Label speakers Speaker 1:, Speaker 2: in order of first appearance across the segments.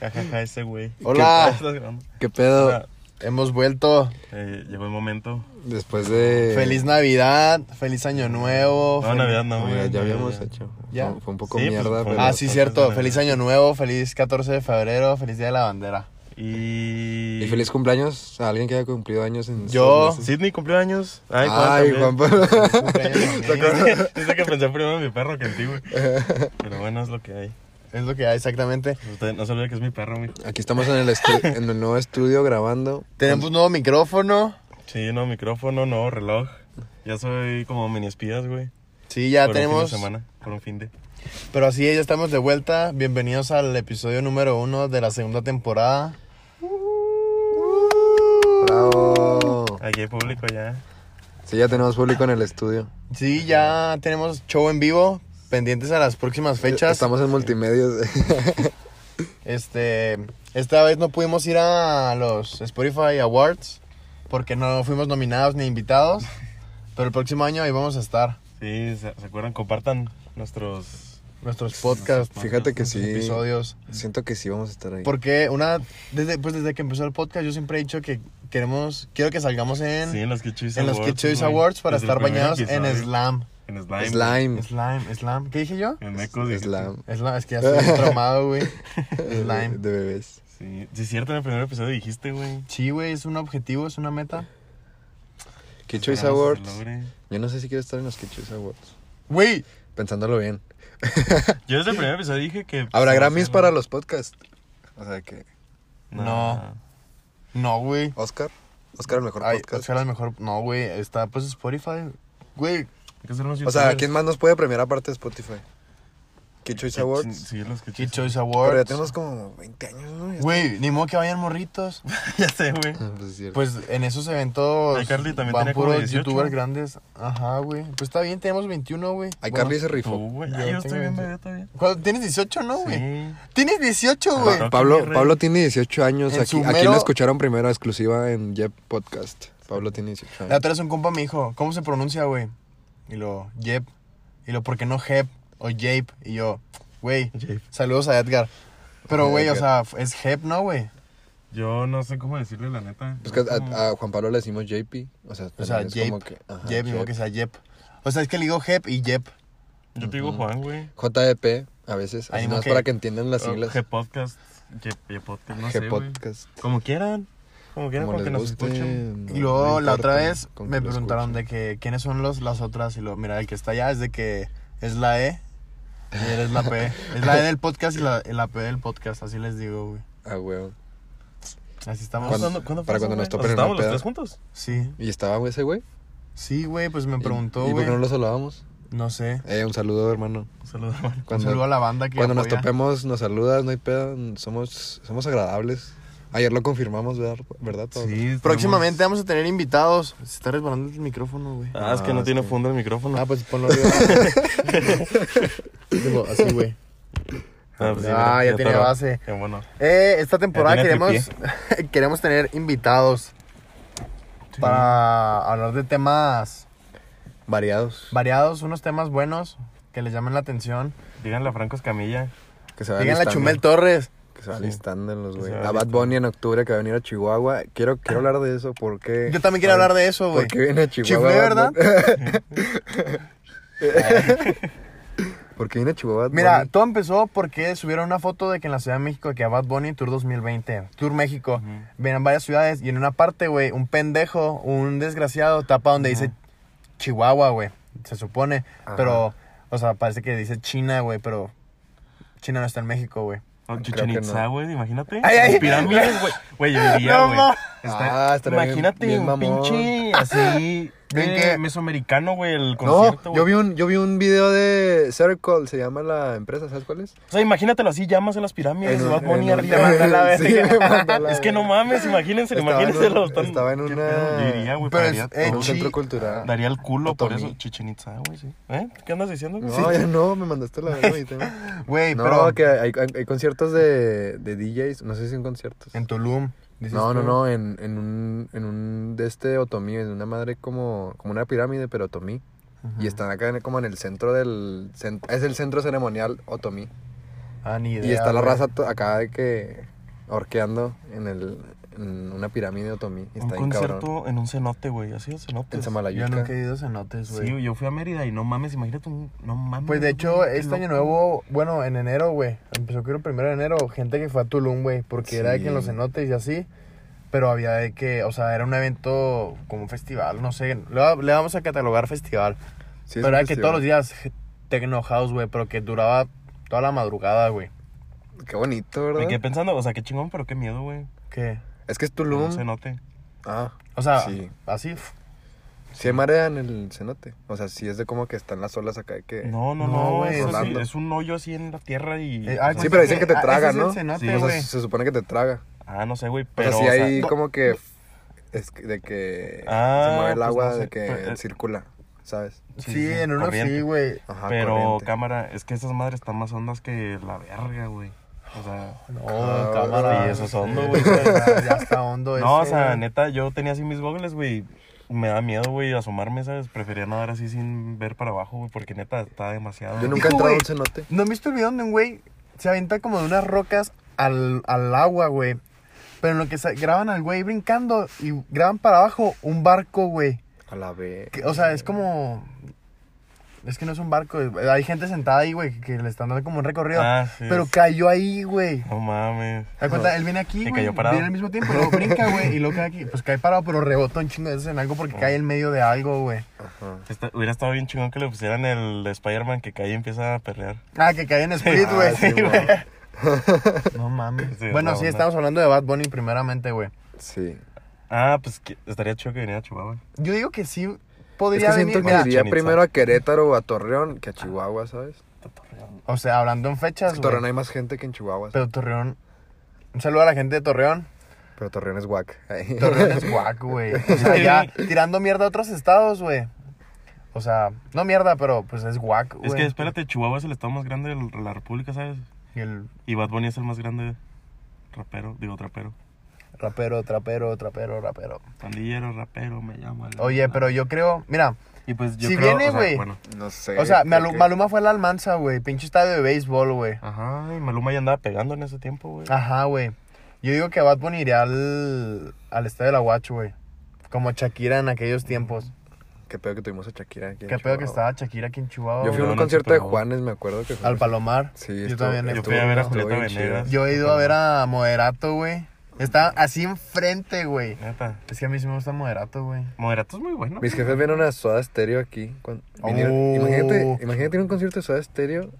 Speaker 1: Jajaja, ese güey.
Speaker 2: Hola.
Speaker 1: ¿Qué- ¿Estás grabando?
Speaker 2: ¿Qué pedo?
Speaker 1: Hola.
Speaker 2: Hemos vuelto
Speaker 1: Eh, llegó el momento.
Speaker 2: después de.
Speaker 3: Feliz Navidad, feliz Año Nuevo.
Speaker 1: No,
Speaker 3: fel-
Speaker 1: Navidad no,
Speaker 2: Mira,
Speaker 1: güey.
Speaker 2: ya habíamos
Speaker 1: Navidad.
Speaker 2: hecho.
Speaker 3: Ya.
Speaker 2: Fue, fue un poco
Speaker 1: Sí, pues,
Speaker 2: mierda,
Speaker 1: fue-
Speaker 2: pero.
Speaker 3: Ah, sí,
Speaker 1: Entonces,
Speaker 3: cierto.
Speaker 1: bueno.
Speaker 3: Feliz Año Nuevo, feliz 14 de febrero, feliz Día de la Bandera.
Speaker 1: Y.
Speaker 2: Y feliz cumpleaños a alguien que haya cumplido años en.
Speaker 3: Yo. pues,
Speaker 2: estos meses.
Speaker 1: Sidney cumplió años. Ay,
Speaker 2: Ay, Juan
Speaker 1: Pablo.
Speaker 2: Pablo.
Speaker 3: Cumpleaños también.
Speaker 1: Dice que pensé primero en mi perro que en ti, güey. Pero bueno, es lo que hay.
Speaker 3: es lo que hay, exactamente.
Speaker 1: Usted no se olvide que es mi perro, güey.
Speaker 2: Aquí estamos en el, estu- en el nuevo estudio grabando.
Speaker 3: Tenemos un nuevo micrófono.
Speaker 1: Sí, no, micrófono, no, reloj. Ya soy como mini espías, güey.
Speaker 3: Sí, ya
Speaker 1: Por Un fin de
Speaker 3: tenemos.
Speaker 1: semana, por un fin de.
Speaker 3: Pero así es, ya estamos de vuelta. Bienvenidos al episodio número uno de la segunda temporada.
Speaker 2: Bravo.
Speaker 1: Aquí hay público ya.
Speaker 2: Sí, ya tenemos público en el estudio.
Speaker 3: Sí, ya tenemos show en vivo. Pendientes a las próximas fechas.
Speaker 2: Estamos en multimedios.
Speaker 3: Este, esta vez no pudimos ir a los Spotify Awards porque no fuimos nominados ni invitados. Pero el próximo año ahí vamos a estar.
Speaker 1: Sí, ¿se, se acuerdan? Compartan nuestros.
Speaker 3: Nuestros podcasts,
Speaker 2: Fíjate que
Speaker 3: nuestros
Speaker 2: sí.
Speaker 3: episodios.
Speaker 2: Siento que sí vamos a estar ahí.
Speaker 3: Porque una, desde, pues desde que empezó el podcast yo siempre he dicho que queremos, quiero que salgamos en,
Speaker 1: Sí, en los Kid Choice
Speaker 3: en los
Speaker 1: Awards.
Speaker 3: Kid Choice
Speaker 1: güey.
Speaker 3: Awards para
Speaker 1: Desde el
Speaker 3: estar
Speaker 1: primer
Speaker 3: bañados en
Speaker 1: episodio.
Speaker 3: Slam.
Speaker 1: En Slime.
Speaker 2: Slime.
Speaker 3: Slime, Slam. ¿Qué dije yo?
Speaker 1: En Mecos. dijiste.
Speaker 2: Slam.
Speaker 3: Slam, es que ya estoy bien traumado, güey.
Speaker 2: De,
Speaker 3: Slime.
Speaker 2: de bebés.
Speaker 1: Sí, sí, es cierto, en el primer episodio dijiste, güey.
Speaker 3: Sí, güey, es un objetivo, es una meta.
Speaker 2: Kid
Speaker 1: Esperamos que
Speaker 2: Choice
Speaker 1: se
Speaker 2: Awards.
Speaker 1: logre.
Speaker 2: Yo no sé si quiero estar en los Kid Choice Awards.
Speaker 3: Güey,
Speaker 2: Pensándolo bien.
Speaker 1: Yo desde el primer episodio dije que.
Speaker 2: ¿Habrá
Speaker 1: se va a
Speaker 2: Grammys
Speaker 1: hacer,
Speaker 2: para
Speaker 1: güey.
Speaker 2: los podcasts? O sea que.
Speaker 3: No. no, güey.
Speaker 2: Oscar. Oscar, el mejor
Speaker 3: Ay,
Speaker 2: podcast.
Speaker 3: Oscar es mejor. No, güey, está pues Spotify. Güey,
Speaker 1: Hay que hacer unos
Speaker 2: o sea,
Speaker 1: youtubers.
Speaker 2: ¿quién más nos puede premiar aparte de Spotify? Kid Choice
Speaker 1: Sí,
Speaker 2: Awards.
Speaker 1: Sí, sí, los Kid
Speaker 3: Kid
Speaker 1: Choice.
Speaker 3: Choice
Speaker 2: Pero ya
Speaker 3: Awards.
Speaker 2: tenemos como 20 años, ¿no? Ya
Speaker 3: Güey, ni modo que vayan morritos.
Speaker 1: ya sé, güey.
Speaker 2: está- Pues, es cierto.
Speaker 3: Pues en esos eventos
Speaker 1: iCarly también
Speaker 3: van
Speaker 1: tenía como
Speaker 3: puros
Speaker 1: 18.
Speaker 3: youtubers grandes. Ajá, güey. Pues está bien, tenemos 21, güey.
Speaker 2: Ay,
Speaker 3: Bueno,
Speaker 2: Carly se rifó.
Speaker 1: Tú, güey.
Speaker 3: Yo
Speaker 1: Ah, Yo
Speaker 3: tengo
Speaker 1: estoy bien,
Speaker 3: 20.
Speaker 1: bebé, todavía.
Speaker 3: ¿Cuál- Tienes 18, ¿no, güey?
Speaker 1: Sí.
Speaker 3: Tienes 18, güey.
Speaker 1: Claro.
Speaker 2: Pablo,
Speaker 1: Rey.
Speaker 2: Pablo tiene 18 años.
Speaker 3: En
Speaker 2: Aquí,
Speaker 3: su
Speaker 2: aquí
Speaker 3: mero-
Speaker 2: lo escucharon primero exclusiva en Jeb Podcast. Pablo tiene 18
Speaker 3: La
Speaker 2: años.
Speaker 3: otra vez un compa me dijo, ¿cómo se pronuncia, güey? Y lo, Jeb. Y lo, ¿por qué no Jeb? O Jape. Y yo, güey,
Speaker 1: Jape.
Speaker 3: saludos a Edgar. Pero,
Speaker 2: Ajá,
Speaker 3: güey, o sea,
Speaker 2: Edgar.
Speaker 3: es Jeb, ¿no, güey?
Speaker 1: Yo no sé cómo decirle la neta.
Speaker 2: Pues que
Speaker 1: Es como-
Speaker 2: a, a Juan Pablo le decimos JP. O sea,
Speaker 3: O sea,
Speaker 2: también es
Speaker 3: Jep.
Speaker 2: como que, ajá,
Speaker 3: Jep, digo
Speaker 2: Jep.
Speaker 3: que sea Jep. O sea, es que le digo Jep y Jep.
Speaker 1: Yo te digo Juan, güey.
Speaker 2: JEP, a veces.
Speaker 3: Ahí
Speaker 2: Así
Speaker 3: no
Speaker 2: nomás
Speaker 3: que-
Speaker 2: para que entiendan las
Speaker 1: O
Speaker 2: siglas.
Speaker 1: G-Podcast. G-Podcast, no sé, güey.
Speaker 2: G-Podcast.
Speaker 1: Como quieran. Como quieran,
Speaker 2: Como
Speaker 1: porque
Speaker 2: les
Speaker 1: nos
Speaker 2: guste.
Speaker 1: escuchen.
Speaker 2: no-
Speaker 3: y luego
Speaker 2: no
Speaker 3: la otra
Speaker 2: importa
Speaker 3: vez
Speaker 2: con que
Speaker 3: me
Speaker 2: lo
Speaker 3: preguntaron de
Speaker 2: escuchen.
Speaker 3: que quiénes son los, las otras. Y lo, mira, el que está allá es de que es la E y él es la P. es la E del podcast y la, y la P del podcast, así les digo, güey.
Speaker 2: Ah, huevo.
Speaker 3: Así estamos.
Speaker 2: ¿Cuándo-
Speaker 1: fue
Speaker 2: para
Speaker 1: eso,
Speaker 2: cuando nos
Speaker 1: güey?
Speaker 2: topen en
Speaker 1: sea, ¿Estábamos
Speaker 2: una
Speaker 1: los
Speaker 2: peda?
Speaker 1: tres juntos?
Speaker 3: Sí,
Speaker 2: ¿Y estaba ese güey?
Speaker 3: sí, güey, pues me
Speaker 2: ¿Y-
Speaker 3: preguntó,
Speaker 2: ¿Y, por
Speaker 3: güey.
Speaker 2: qué no lo saludábamos?
Speaker 3: No sé.
Speaker 2: Eh, un saludo, hermano.
Speaker 1: Un saludo, hermano.
Speaker 3: Un
Speaker 2: Cuando,
Speaker 3: saludo a la banda que
Speaker 2: cuando nos
Speaker 3: apoya.
Speaker 2: topemos, nos saludas, no hay pedo. Somos, somos agradables. Ayer lo confirmamos, ¿verdad, ¿verdad Pablo?
Speaker 1: estamos-
Speaker 3: Próximamente vamos a tener invitados. Se está resbalando el micrófono, güey.
Speaker 1: Ah, es que
Speaker 2: Ah,
Speaker 1: no
Speaker 2: es
Speaker 1: tiene
Speaker 2: que-
Speaker 1: fondo el micrófono.
Speaker 3: Ah, pues ponlo arriba. Digo, así, güey.
Speaker 1: Ah, pues sí,
Speaker 3: Ah,
Speaker 1: mira,
Speaker 3: ya
Speaker 1: te
Speaker 3: tiene
Speaker 1: lo-
Speaker 3: base.
Speaker 1: Qué bueno.
Speaker 3: Eh, esta temporada
Speaker 1: Ya tiene
Speaker 3: queremos, queremos tener invitados para hablar de temas
Speaker 2: Variados.
Speaker 3: variados, unos temas buenos que les llamen la atención.
Speaker 1: Díganle a Franco Escamilla.
Speaker 2: Que se va
Speaker 3: Díganle a
Speaker 2: alistando.
Speaker 3: Chumel Torres.
Speaker 2: Que se va
Speaker 1: Sí.
Speaker 2: alistando en los
Speaker 1: Que
Speaker 2: güey.
Speaker 1: se va
Speaker 2: A Bad
Speaker 1: alistando.
Speaker 2: Bunny en octubre que va a venir a Chihuahua. Quiero, quiero hablar de eso porque.
Speaker 3: Yo también quiero hablar de eso, güey.
Speaker 2: Porque viene a Chihuahua.
Speaker 3: Chiflé,
Speaker 2: Bad
Speaker 3: ¿verdad?
Speaker 2: porque viene a Chihuahua. Bad
Speaker 3: Mira,
Speaker 2: Bunny.
Speaker 3: todo empezó porque subieron una foto de que en la Ciudad de México, que a Bad Bunny Tour 2020, Tour México,
Speaker 2: Mm.
Speaker 1: Ujú.
Speaker 3: venían varias ciudades y en una parte, güey, un pendejo, un desgraciado, tapa donde dice Chihuahua, güey, se supone,
Speaker 2: Ajá.
Speaker 3: pero, o sea, parece que dice China, güey, pero China no está en México, güey.
Speaker 1: O
Speaker 2: Creo
Speaker 1: Chichen
Speaker 2: que
Speaker 1: Itza,
Speaker 2: no.
Speaker 1: güey, imagínate.
Speaker 3: Ay, ay.
Speaker 1: Con Pirámides, güey. Güey, yo diría,
Speaker 3: No,
Speaker 1: güey.
Speaker 3: ma.
Speaker 2: Ah, estaría bien-
Speaker 1: imagínate
Speaker 2: bien
Speaker 1: un
Speaker 2: mamón.
Speaker 1: pinche así.
Speaker 3: ¿Ven
Speaker 1: eh,
Speaker 3: qué?
Speaker 1: Mesoamericano, güey, el
Speaker 2: No,
Speaker 1: concierto.
Speaker 2: yo
Speaker 1: güey.
Speaker 2: vi, un, yo vi un video de Circle, se llama la empresa, ¿sabes cuál es?
Speaker 1: O sea, imagínatelo así, llamas en las pirámides,
Speaker 2: En un-
Speaker 1: Bad Bunny
Speaker 2: en un-
Speaker 1: arriba.
Speaker 2: Sí,
Speaker 1: manda la
Speaker 2: me
Speaker 1: verga.
Speaker 2: mandó la
Speaker 1: Es que no
Speaker 2: verga.
Speaker 1: mames, imagínense,
Speaker 2: Estaba en
Speaker 1: imagínense
Speaker 2: un- estaba en una-
Speaker 1: Yo diría, güey,
Speaker 3: Pero
Speaker 1: pagaría
Speaker 3: es- eh,
Speaker 2: En
Speaker 1: todo.
Speaker 2: un
Speaker 3: chi-
Speaker 2: centro cultural.
Speaker 1: Daría el culo por
Speaker 2: Otomí.
Speaker 1: eso. Chichen Itza, güey, sí. ¿Eh? ¿Qué andas diciendo?
Speaker 2: No,
Speaker 1: Sí.
Speaker 2: ya no, me mandaste la verdad.
Speaker 3: Güey,
Speaker 2: no,
Speaker 3: pero
Speaker 2: que hay, hay- hay conciertos de, de DJs, no sé si son conciertos.
Speaker 3: en Tulum. dices
Speaker 2: No, no,
Speaker 3: tú.
Speaker 2: no, en, en un, en un de este otomí, en una madre como, como una pirámide, pero otomí. Y están acá en- como en el centro del... cen- es el centro ceremonial otomí.
Speaker 3: Ah, ni idea.
Speaker 2: Y está la
Speaker 3: güey.
Speaker 2: raza to- acá de que horqueando en, el, en una pirámide otomí. Y
Speaker 1: Un
Speaker 2: está bien
Speaker 1: concierto
Speaker 2: cabrón.
Speaker 1: en un cenote, güey. ¿Has ido a
Speaker 2: En
Speaker 1: cenotes?
Speaker 3: Yo
Speaker 2: Samalayuca.
Speaker 3: nunca he ido a cenotes, güey.
Speaker 1: Sí, yo fui a Mérida y no mames, imagínate un... No mames.
Speaker 3: Pues de hecho,
Speaker 1: güey, Mm, qué
Speaker 3: este año
Speaker 1: loco.
Speaker 3: nuevo, bueno, en enero, güey, empezó que era el primero de enero, gente que fue a Tulum, güey, porque era de que en los
Speaker 2: Sí.
Speaker 3: cenotes y así, pero había de que, o sea, era un evento como un festival, no sé, le, va- le vamos a catalogar festival,
Speaker 2: Sí, es
Speaker 3: pero
Speaker 2: un
Speaker 3: era que todos
Speaker 2: festival.
Speaker 3: los días je- techno house, güey, pero que duraba toda la madrugada, güey.
Speaker 2: Qué bonito,
Speaker 1: Me
Speaker 2: ¿verdad?
Speaker 1: quedé pensando, o sea, qué chingón, pero qué miedo, güey.
Speaker 3: ¿Qué?
Speaker 2: Es que es
Speaker 1: Un
Speaker 2: Tulum.
Speaker 1: cenote.
Speaker 2: Ah,
Speaker 3: O sea,
Speaker 2: Sí.
Speaker 3: así, f-
Speaker 2: sí hay marea en el cenote. O sea, sí es de como que están las olas acá de que...
Speaker 1: No, no,
Speaker 3: No,
Speaker 1: no,
Speaker 3: güey,
Speaker 1: eso sí,
Speaker 2: Rolando.
Speaker 1: es un hoyo así en la tierra y...
Speaker 3: Eh, ah,
Speaker 2: Sí, pero dicen que te
Speaker 3: Ah, ese
Speaker 2: traga,
Speaker 3: es el
Speaker 2: ¿no?
Speaker 3: cenote,
Speaker 2: O sea,
Speaker 3: güey.
Speaker 2: se supone que te traga.
Speaker 1: Ah, no sé, güey,
Speaker 2: Pero
Speaker 1: pero...
Speaker 2: sí
Speaker 1: o sea,
Speaker 2: hay
Speaker 1: no-
Speaker 2: como que... Es que- de que
Speaker 1: Ah,
Speaker 2: se mueve el
Speaker 1: pues
Speaker 2: agua,
Speaker 1: no sé,
Speaker 2: de que
Speaker 1: pero-
Speaker 2: circula, ¿sabes?
Speaker 3: sí,
Speaker 1: Sí, sí,
Speaker 3: en uno
Speaker 1: corriente.
Speaker 3: sí, güey.
Speaker 2: Ajá,
Speaker 1: pero,
Speaker 2: corriente.
Speaker 1: cámara, es que esas madres están más hondas que la verga, güey. O sea...
Speaker 3: No,
Speaker 2: Ah,
Speaker 3: cámara.
Speaker 1: sí, eso es hondo, güey.
Speaker 3: Ya ya está hondo
Speaker 1: No, o
Speaker 3: ese,
Speaker 1: sea,
Speaker 3: güey.
Speaker 1: neta, yo tenía así mis goggles, güey. Me da miedo, güey, asomarme, ¿sabes? Prefería nadar así sin ver para abajo, güey, porque neta está demasiado.
Speaker 2: Yo nunca he
Speaker 3: Hijo,
Speaker 2: entrado a un
Speaker 3: güey.
Speaker 2: cenote.
Speaker 3: ¿No han visto el video donde un güey se avienta como de unas rocas al, al agua, güey? Pero en lo que se- graban al güey brincando y graban para abajo un barco, güey.
Speaker 2: A la vez.
Speaker 3: Que- O sea, es como... Es que no es un barco. es- Hay gente sentada ahí, güey, que le están dando como un recorrido.
Speaker 1: Ah, sí.
Speaker 3: Pero cayó ahí, güey.
Speaker 1: No mames.
Speaker 3: ¿Te das cuenta? Él viene
Speaker 1: Y
Speaker 3: aquí, güey.
Speaker 1: cayó parado.
Speaker 3: Viene al mismo tiempo, luego brinca, güey. Y luego cae aquí. Pues cae parado, pero rebota un chingo de veces en algo porque cae en medio de algo, güey.
Speaker 2: Ajá.
Speaker 1: Esta- hubiera estado bien chingón que le pusieran el Spider-Man que cae y empieza a perrear.
Speaker 3: Ah, que cae en Split,
Speaker 2: Ah,
Speaker 3: güey.
Speaker 2: sí,
Speaker 3: sí, güey.
Speaker 2: güey.
Speaker 3: no mames.
Speaker 1: Sí, es
Speaker 3: bueno,
Speaker 1: la
Speaker 3: sí,
Speaker 1: onda.
Speaker 3: estamos hablando de Bad Bunny primeramente, güey.
Speaker 2: Sí.
Speaker 1: Ah, pues que- estaría chido que viniera a Chihuahua.
Speaker 3: Yo digo que sí
Speaker 2: Es
Speaker 3: podría
Speaker 2: que
Speaker 3: venir.
Speaker 2: siento que
Speaker 3: mira,
Speaker 2: iría
Speaker 1: Chichen Itza.
Speaker 2: primero a Querétaro o a Torreón que a Chihuahua, ¿sabes?
Speaker 3: o sea, hablando en
Speaker 2: Es
Speaker 3: fechas,
Speaker 2: que
Speaker 3: güey,
Speaker 2: Torreón hay más gente que en Chihuahua. Pero,
Speaker 3: pero Torreón... Un saludo a la gente de Torreón.
Speaker 2: Torreón es guac. Ay.
Speaker 3: Torreón es guaco, güey. O sea, ya tirando mierda a otros estados, güey. O sea, no mierda, pero pues es guaco, güey.
Speaker 1: Es que espérate, Chihuahua es el estado más grande de la República, ¿sabes?
Speaker 3: Y el
Speaker 1: Y Bad Bunny es el más grande rapero, digo trapero.
Speaker 3: rapero, trapero, trapero, rapero.
Speaker 1: Pandillero, rapero, me llama. la-
Speaker 3: Oye, pero yo creo... Mira,
Speaker 1: Y pues yo
Speaker 3: si
Speaker 1: creo,
Speaker 3: viene,
Speaker 1: o sea,
Speaker 3: güey.
Speaker 1: bueno.
Speaker 2: No sé.
Speaker 3: o sea, Malu-
Speaker 2: creo que-
Speaker 3: Maluma fue a la Almanza, güey. Pinche estadio de béisbol, güey.
Speaker 1: Ajá, y Maluma ya andaba pegando en ese tiempo, güey.
Speaker 3: Ajá, güey. Yo digo que Bad Bunny iría al, al estadio de la Watch, güey. Como Shakira en aquellos tiempos.
Speaker 2: Qué pedo que tuvimos a Shakira aquí en
Speaker 3: Qué pedo que
Speaker 2: Chihuahua.
Speaker 3: estaba Shakira aquí en Chihuahua.
Speaker 2: Yo fui
Speaker 3: güey.
Speaker 2: a un
Speaker 1: No, no,
Speaker 2: concierto de
Speaker 1: pero-
Speaker 2: Juanes, me acuerdo que fue-
Speaker 3: Al Palomar.
Speaker 2: Sí,
Speaker 3: yo
Speaker 2: estuvo-
Speaker 3: también
Speaker 1: Yo
Speaker 2: estuvo-
Speaker 1: fui a ver a
Speaker 2: estuvo
Speaker 1: Julieta
Speaker 2: bien chido.
Speaker 1: Venegas.
Speaker 3: Yo he ido a ver a Moderato, güey. Estaba así enfrente, güey.
Speaker 1: Neta.
Speaker 3: Es que a mí sí me gusta Moderato, güey.
Speaker 1: Moderato es muy bueno.
Speaker 2: Mis jefes vieron a Soda Stereo aquí. cuando-
Speaker 3: Oh.
Speaker 2: vinieron- Imagínate, imagínate ir a un concierto de Soda Stereo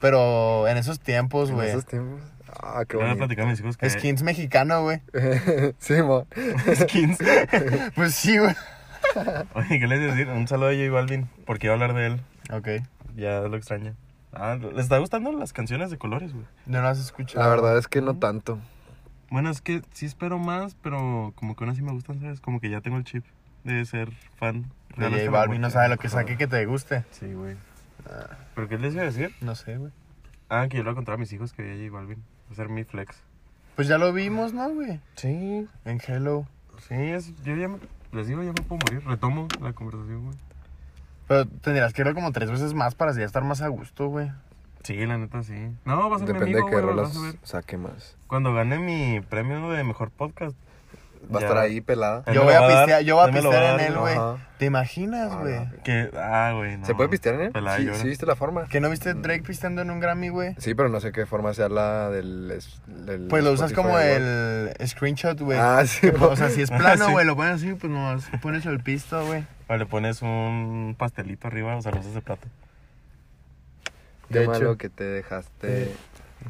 Speaker 3: Pero en esos tiempos, Pues,
Speaker 2: en
Speaker 3: güey.
Speaker 2: esos tiempos. Ah, qué
Speaker 1: Yo le
Speaker 2: bonito.
Speaker 1: platicaba a mis hijos que...
Speaker 3: Skins mexicano, güey.
Speaker 2: sí, mo.
Speaker 1: Skins.
Speaker 3: Pues sí, güey.
Speaker 1: Oye, ¿qué les iba a decir? Un saludo a J Balvin, porque iba a hablar de él.
Speaker 3: Ok.
Speaker 1: Ya lo extraña. Ah, ¿les está gustando las canciones de colores, güey?
Speaker 3: No lo has escuchado.
Speaker 2: La verdad es que no tanto.
Speaker 1: Bueno, es que sí espero más, pero como que aún así me gustan, ¿sabes? Como que ya tengo el chip de ser fan.
Speaker 3: De
Speaker 1: real
Speaker 3: J
Speaker 1: hasta la
Speaker 3: Balvin no
Speaker 1: muerte.
Speaker 3: sabe lo que saque que te guste.
Speaker 1: Sí, güey. ¿Pero qué les iba a decir?
Speaker 3: No sé, güey.
Speaker 1: Ah, que yo lo conté a mis hijos que vi a J Balvin. Va a ser mi flex.
Speaker 3: Pues ya lo vimos, ¿no, güey?
Speaker 1: Sí.
Speaker 3: En Hello.
Speaker 1: Sí, es, yo ya me, les digo, ya me puedo morir. Retomo la conversación, güey.
Speaker 3: Pero tendrías que verlo como tres veces más para así estar más a gusto, güey.
Speaker 1: Sí, la neta, sí. No, vas a ser mi
Speaker 2: Depende
Speaker 1: amigo,
Speaker 2: de qué
Speaker 1: güey,
Speaker 2: rolas
Speaker 1: vas a ver.
Speaker 2: saque más.
Speaker 1: Cuando gane mi premio de mejor podcast.
Speaker 2: Va a
Speaker 1: ya-
Speaker 2: estar ahí pelada.
Speaker 1: Él
Speaker 3: Yo
Speaker 1: me
Speaker 3: voy,
Speaker 1: lo
Speaker 3: a
Speaker 1: va a dar,
Speaker 3: pistear, yo voy a
Speaker 1: él me lo
Speaker 3: pistear
Speaker 1: va a
Speaker 3: en
Speaker 1: dar,
Speaker 3: él, güey.
Speaker 2: Ajá.
Speaker 3: ¿Te imaginas,
Speaker 2: Ah,
Speaker 3: güey?
Speaker 2: ok.
Speaker 1: Que, ah, güey, no.
Speaker 2: ¿Se puede pistear en él?
Speaker 1: Pelada
Speaker 2: Sí,
Speaker 1: llora.
Speaker 2: sí, viste la forma.
Speaker 3: ¿Que no viste Drake pisteando en un Grammy, güey?
Speaker 2: Sí, pero no sé qué forma sea la del. es- del
Speaker 3: Pues lo usas
Speaker 2: Spotify,
Speaker 3: como
Speaker 2: güey.
Speaker 3: el screenshot, güey. pues,
Speaker 2: Ah, sí,
Speaker 3: O sea, si es plano,
Speaker 1: Sí.
Speaker 3: güey, lo pones así, pues nomás pones el pisto, güey.
Speaker 1: O le pones un pastelito arriba, o sea, lo haces de plata.
Speaker 2: Qué
Speaker 3: de hecho.
Speaker 2: malo que te dejaste. eh,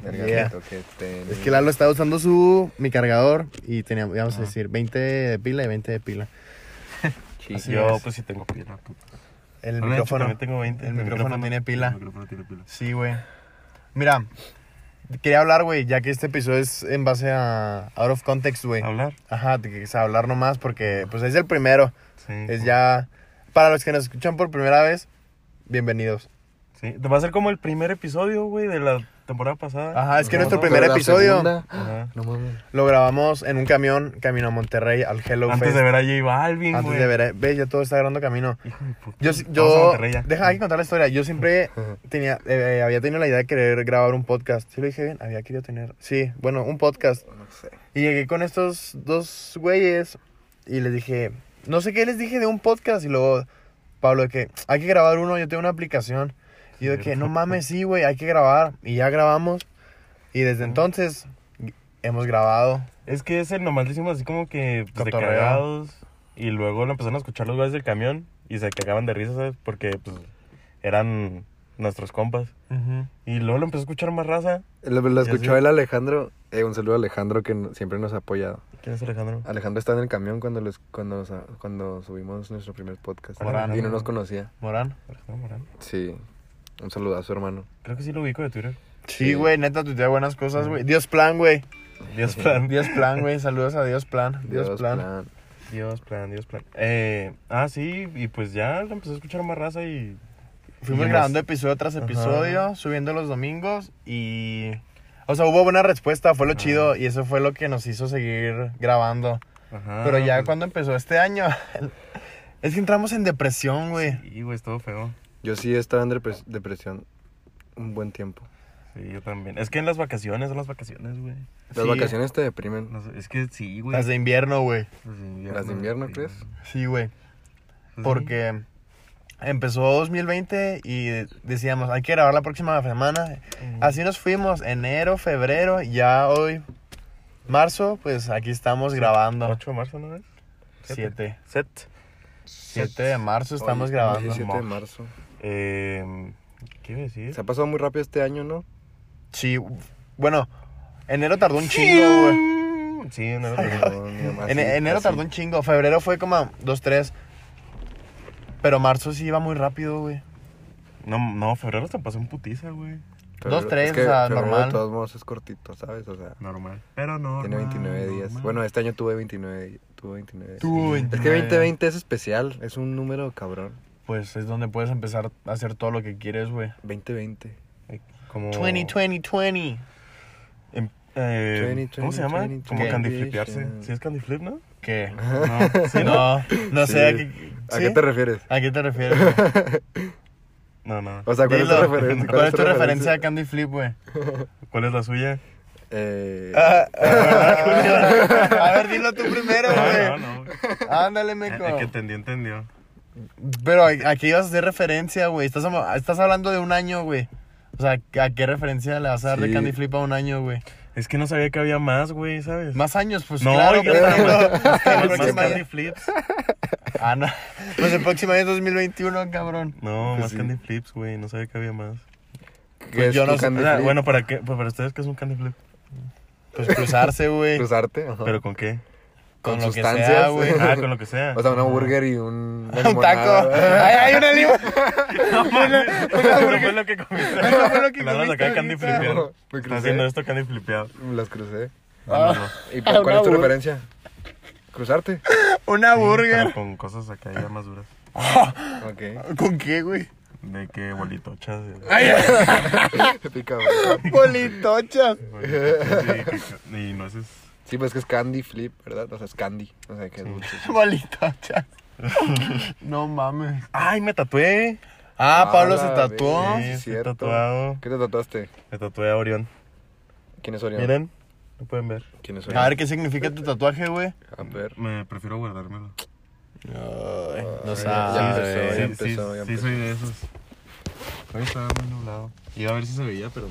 Speaker 2: El
Speaker 3: Yeah.
Speaker 2: gatito que te.
Speaker 3: Es que Lalo estaba usando su, mi cargador y teníamos, íbamos a decir, 20 de pila y 20 de pila. Así
Speaker 1: yo,
Speaker 3: es.
Speaker 1: pues sí tengo pila. puta. Ahora, de
Speaker 3: El
Speaker 1: hecho,
Speaker 3: micrófono.
Speaker 1: también tengo 20.
Speaker 3: El micrófono tiene pila.
Speaker 1: El micrófono tiene pila.
Speaker 3: Sí, güey. Mira, quería hablar, güey, ya que este episodio es en base a Out of Context, güey.
Speaker 1: ¿Hablar?
Speaker 3: Ajá, te quise hablar nomás porque, pues, es el primero.
Speaker 1: Sí.
Speaker 3: Es ya... Para los que nos escuchan por primera vez, bienvenidos.
Speaker 1: Sí, te va a ser como el primer episodio, güey, de la temporada pasada.
Speaker 3: Ajá, es que
Speaker 1: No,
Speaker 3: nuestro
Speaker 1: no,
Speaker 3: primer
Speaker 2: Pero la
Speaker 3: episodio
Speaker 2: segunda,
Speaker 1: Ajá.
Speaker 2: No mames.
Speaker 3: lo grabamos en un camión camino a Monterrey al Hello
Speaker 1: Antes
Speaker 3: Fest.
Speaker 1: de ver a J Balvin, güey.
Speaker 3: antes de ver, ve, ya todo está grabando camino.
Speaker 1: Hijo de puta.
Speaker 3: Yo, si-
Speaker 1: Vamos a
Speaker 3: yo,
Speaker 1: Monterrey ya.
Speaker 3: deja, hay que contar la historia. Yo siempre tenía, eh, eh, había tenido la idea de querer grabar un podcast. ¿Sí lo dije bien? Había querido tener, sí, bueno, un podcast.
Speaker 2: No sé.
Speaker 3: Y llegué con estos dos güeyes y les dije, no sé qué les dije de un podcast. Y luego, Pablo, de que hay que grabar uno, yo tengo una aplicación. Y yo de que, no mames, sí, güey, hay que grabar. Y ya grabamos. Y desde entonces hemos grabado.
Speaker 1: Es que ese nomás lo hicimos así como que pues, de
Speaker 3: Cotorreo.
Speaker 1: cagados. Y luego lo empezaron a escuchar los güeyes del camión y se cagaban de risa, ¿sabes? Porque pues, eran nuestros compas. Y luego lo empezó a escuchar más raza.
Speaker 2: Lo, lo
Speaker 1: Ya
Speaker 2: escuchó
Speaker 1: sé.
Speaker 2: el Alejandro. Eh, un saludo a Alejandro que no- siempre nos ha apoyado.
Speaker 1: ¿Quién es Alejandro?
Speaker 2: Alejandro está en el camión cuando los, cuando, nos- cuando subimos nuestro primer podcast.
Speaker 1: Morán,
Speaker 2: y no
Speaker 1: ¿no?
Speaker 2: nos conocía.
Speaker 3: Morán.
Speaker 1: Alejandro Morán.
Speaker 2: Sí. Un saludo a su hermano.
Speaker 1: Creo que sí lo ubico de Twitter.
Speaker 3: Sí, güey, neta, tú te buenas cosas, güey. Dios plan, güey.
Speaker 1: Dios plan,
Speaker 3: Dios plan, güey. Saludos a Dios plan. Dios, plan.
Speaker 1: Dios plan, Dios plan. Eh, ah, sí, y pues ya lo empezó a escuchar más raza y
Speaker 3: Fuimos
Speaker 1: Y
Speaker 3: grabando
Speaker 1: nos-
Speaker 3: episodio tras
Speaker 1: Ajá.
Speaker 3: episodio, subiendo los domingos y... O sea, hubo buena respuesta, fue lo
Speaker 1: Ajá.
Speaker 3: chido y eso fue lo que nos hizo seguir grabando.
Speaker 1: Ajá,
Speaker 3: Pero ya
Speaker 1: pues,
Speaker 3: cuando empezó este año, es que entramos en depresión, güey.
Speaker 1: Sí, güey, estuvo feo.
Speaker 2: Yo sí estaba en depres- depresión un buen tiempo.
Speaker 1: Sí, yo también. Es que en las vacaciones, son las vacaciones, güey.
Speaker 2: Las
Speaker 3: Sí.
Speaker 2: vacaciones te deprimen.
Speaker 1: No sé, es que sí, güey.
Speaker 3: Las de invierno, güey.
Speaker 1: Las de invierno.
Speaker 2: Las de invierno,
Speaker 1: sí.
Speaker 2: ¿crees?
Speaker 3: Sí, güey.
Speaker 1: Sí.
Speaker 3: Porque empezó 2020 y decíamos, hay que grabar la próxima semana. Así nos fuimos, enero, febrero, ya hoy, marzo, pues aquí estamos grabando.
Speaker 1: 8 de marzo, ¿no es?
Speaker 3: 7.
Speaker 1: Set.
Speaker 3: 7 de marzo estamos
Speaker 2: Hoy,
Speaker 3: grabando.
Speaker 2: 17 de marzo.
Speaker 1: Eh, ¿Qué iba a decir?
Speaker 2: Se ha pasado muy rápido este año, ¿no?
Speaker 3: Sí, bueno, enero tardó un chingo, güey.
Speaker 1: Sí, enero también.
Speaker 2: No, ni más,
Speaker 3: En,
Speaker 2: así,
Speaker 3: enero
Speaker 2: así.
Speaker 3: tardó un chingo, febrero fue como 2, 3. Pero marzo sí iba muy rápido, güey.
Speaker 1: No, no, febrero se pasó en putiza, güey.
Speaker 2: Febrero-
Speaker 3: dos, tres,
Speaker 2: es que
Speaker 3: o sea,
Speaker 2: febrero
Speaker 3: normal.
Speaker 2: De todos modos es cortito, ¿sabes? O sea,
Speaker 1: Normal. Pero no.
Speaker 2: tiene 29 días. Bueno, este año tuve 29 di- Tuve 29 días.
Speaker 3: Tuvo
Speaker 2: Es
Speaker 3: 29.
Speaker 2: que 2020 es especial, es un número cabrón.
Speaker 3: Pues es donde puedes empezar a hacer todo lo que quieres, güey.
Speaker 2: 2020.
Speaker 1: como.
Speaker 3: 20, 20, 20.
Speaker 1: Em- eh,
Speaker 2: 20,
Speaker 1: ¿Cómo se
Speaker 2: 20,
Speaker 1: llama?
Speaker 2: 20,
Speaker 1: como
Speaker 3: 20.
Speaker 1: candiflipearse. ¿Sí es candiflip, no?
Speaker 3: ¿Qué?
Speaker 1: No, sí, no.
Speaker 3: No, no sé. ¿A
Speaker 2: Sí.
Speaker 3: qué,
Speaker 2: ¿A
Speaker 3: sí?
Speaker 2: qué te refieres?
Speaker 3: ¿A qué te refieres? güey?
Speaker 1: No, no.
Speaker 2: O sea, ¿cuál es tu
Speaker 3: Dilo.
Speaker 2: referencia?
Speaker 3: ¿Cuál es tu referencia a Candy Flip, güey? Ah,
Speaker 1: ¿Cuál es la suya?
Speaker 2: Eh,
Speaker 3: a ver, dilo tú primero,
Speaker 1: No, no,
Speaker 3: güey.
Speaker 1: no. güey.
Speaker 3: Ándale, meco.
Speaker 1: El que entendió, entendió.
Speaker 3: Pero a, a qué ibas a hacer referencia, güey. Estás, am- estás hablando de un año, güey. O sea, ¿a qué referencia le vas a dar de
Speaker 2: Sí.
Speaker 3: Candy Flip a un año, güey?
Speaker 1: Es que no sabía que había más, güey, ¿sabes?
Speaker 3: Más años, pues
Speaker 1: no,
Speaker 3: claro.
Speaker 1: yo
Speaker 3: pero-
Speaker 1: no.
Speaker 3: Hasta el
Speaker 1: Más
Speaker 3: próximo año.
Speaker 1: candiflips.
Speaker 3: Ah, no. Pues el próximo año es 2021, cabrón.
Speaker 1: No,
Speaker 2: Pues
Speaker 1: más
Speaker 2: sí.
Speaker 1: candy flips, güey. No sabía que había más.
Speaker 2: ¿Qué es
Speaker 3: pues yo
Speaker 2: tu
Speaker 3: no sé- Ah,
Speaker 1: O
Speaker 2: candy
Speaker 1: sea,
Speaker 2: flip?
Speaker 1: bueno, ¿para qué? Pues para ustedes, ¿qué es un candy flip?
Speaker 3: Pues cruzarse, güey.
Speaker 2: cruzarte. ajá.
Speaker 1: ¿Pero con qué?
Speaker 3: Con,
Speaker 2: con
Speaker 3: lo que sea,
Speaker 2: sustancias.
Speaker 3: güey.
Speaker 1: Ah, con lo que sea.
Speaker 2: O sea, un burger y un. una
Speaker 3: Un taco.
Speaker 2: limonada.
Speaker 3: Ay, hay una lima.
Speaker 1: no, mames. Eso fue lo que comiste.
Speaker 3: Eso fue lo que
Speaker 1: La vas a
Speaker 3: comiste
Speaker 1: sacar candy
Speaker 3: ahorita.
Speaker 1: flipeado.
Speaker 2: Me
Speaker 1: Está
Speaker 2: crucé.
Speaker 1: haciendo esto candy flipeado.
Speaker 2: Las crucé.
Speaker 1: No, no, no.
Speaker 2: ¿Y
Speaker 3: Ah,
Speaker 2: cuál
Speaker 3: una
Speaker 2: es tu
Speaker 3: bur-
Speaker 2: referencia? Cruzarte.
Speaker 1: Sí,
Speaker 3: Una
Speaker 1: pero
Speaker 3: burger.
Speaker 1: Con cosas acá ya más duras.
Speaker 2: Ok.
Speaker 3: ¿Con qué, güey?
Speaker 1: De que bolitochas. eh,
Speaker 3: Ah.
Speaker 2: Pica, güey.
Speaker 3: Politochas.
Speaker 1: bolitochas y- Y no haces.
Speaker 2: Sí, pues es que es candy flip, ¿verdad? O sea, es candy. O sea, que es dulce.
Speaker 3: Politochas. No mames.
Speaker 1: ¡Ay, me tatué!
Speaker 3: Ah, Pablo se
Speaker 2: la
Speaker 3: tatuó.
Speaker 2: vez. Sí,
Speaker 1: Sí, estoy
Speaker 2: cierto.
Speaker 1: tatuado.
Speaker 2: ¿Qué te tatuaste?
Speaker 1: Me tatué a Orión.
Speaker 2: ¿Quién es Orión?
Speaker 1: Miren, lo pueden ver.
Speaker 2: ¿Quién es Orión?
Speaker 3: A ver qué significa tu tatuaje, güey.
Speaker 2: A ver.
Speaker 1: Me prefiero guardármelo.
Speaker 3: no
Speaker 2: ya
Speaker 1: sí, sí,
Speaker 3: Ah,
Speaker 2: empezó, ya
Speaker 3: sabe.
Speaker 1: sí,
Speaker 2: empezó, ya
Speaker 1: sí,
Speaker 2: empezó.
Speaker 1: soy de esos. Hoy estaba muy nublado. Iba a ver si se veía, pero.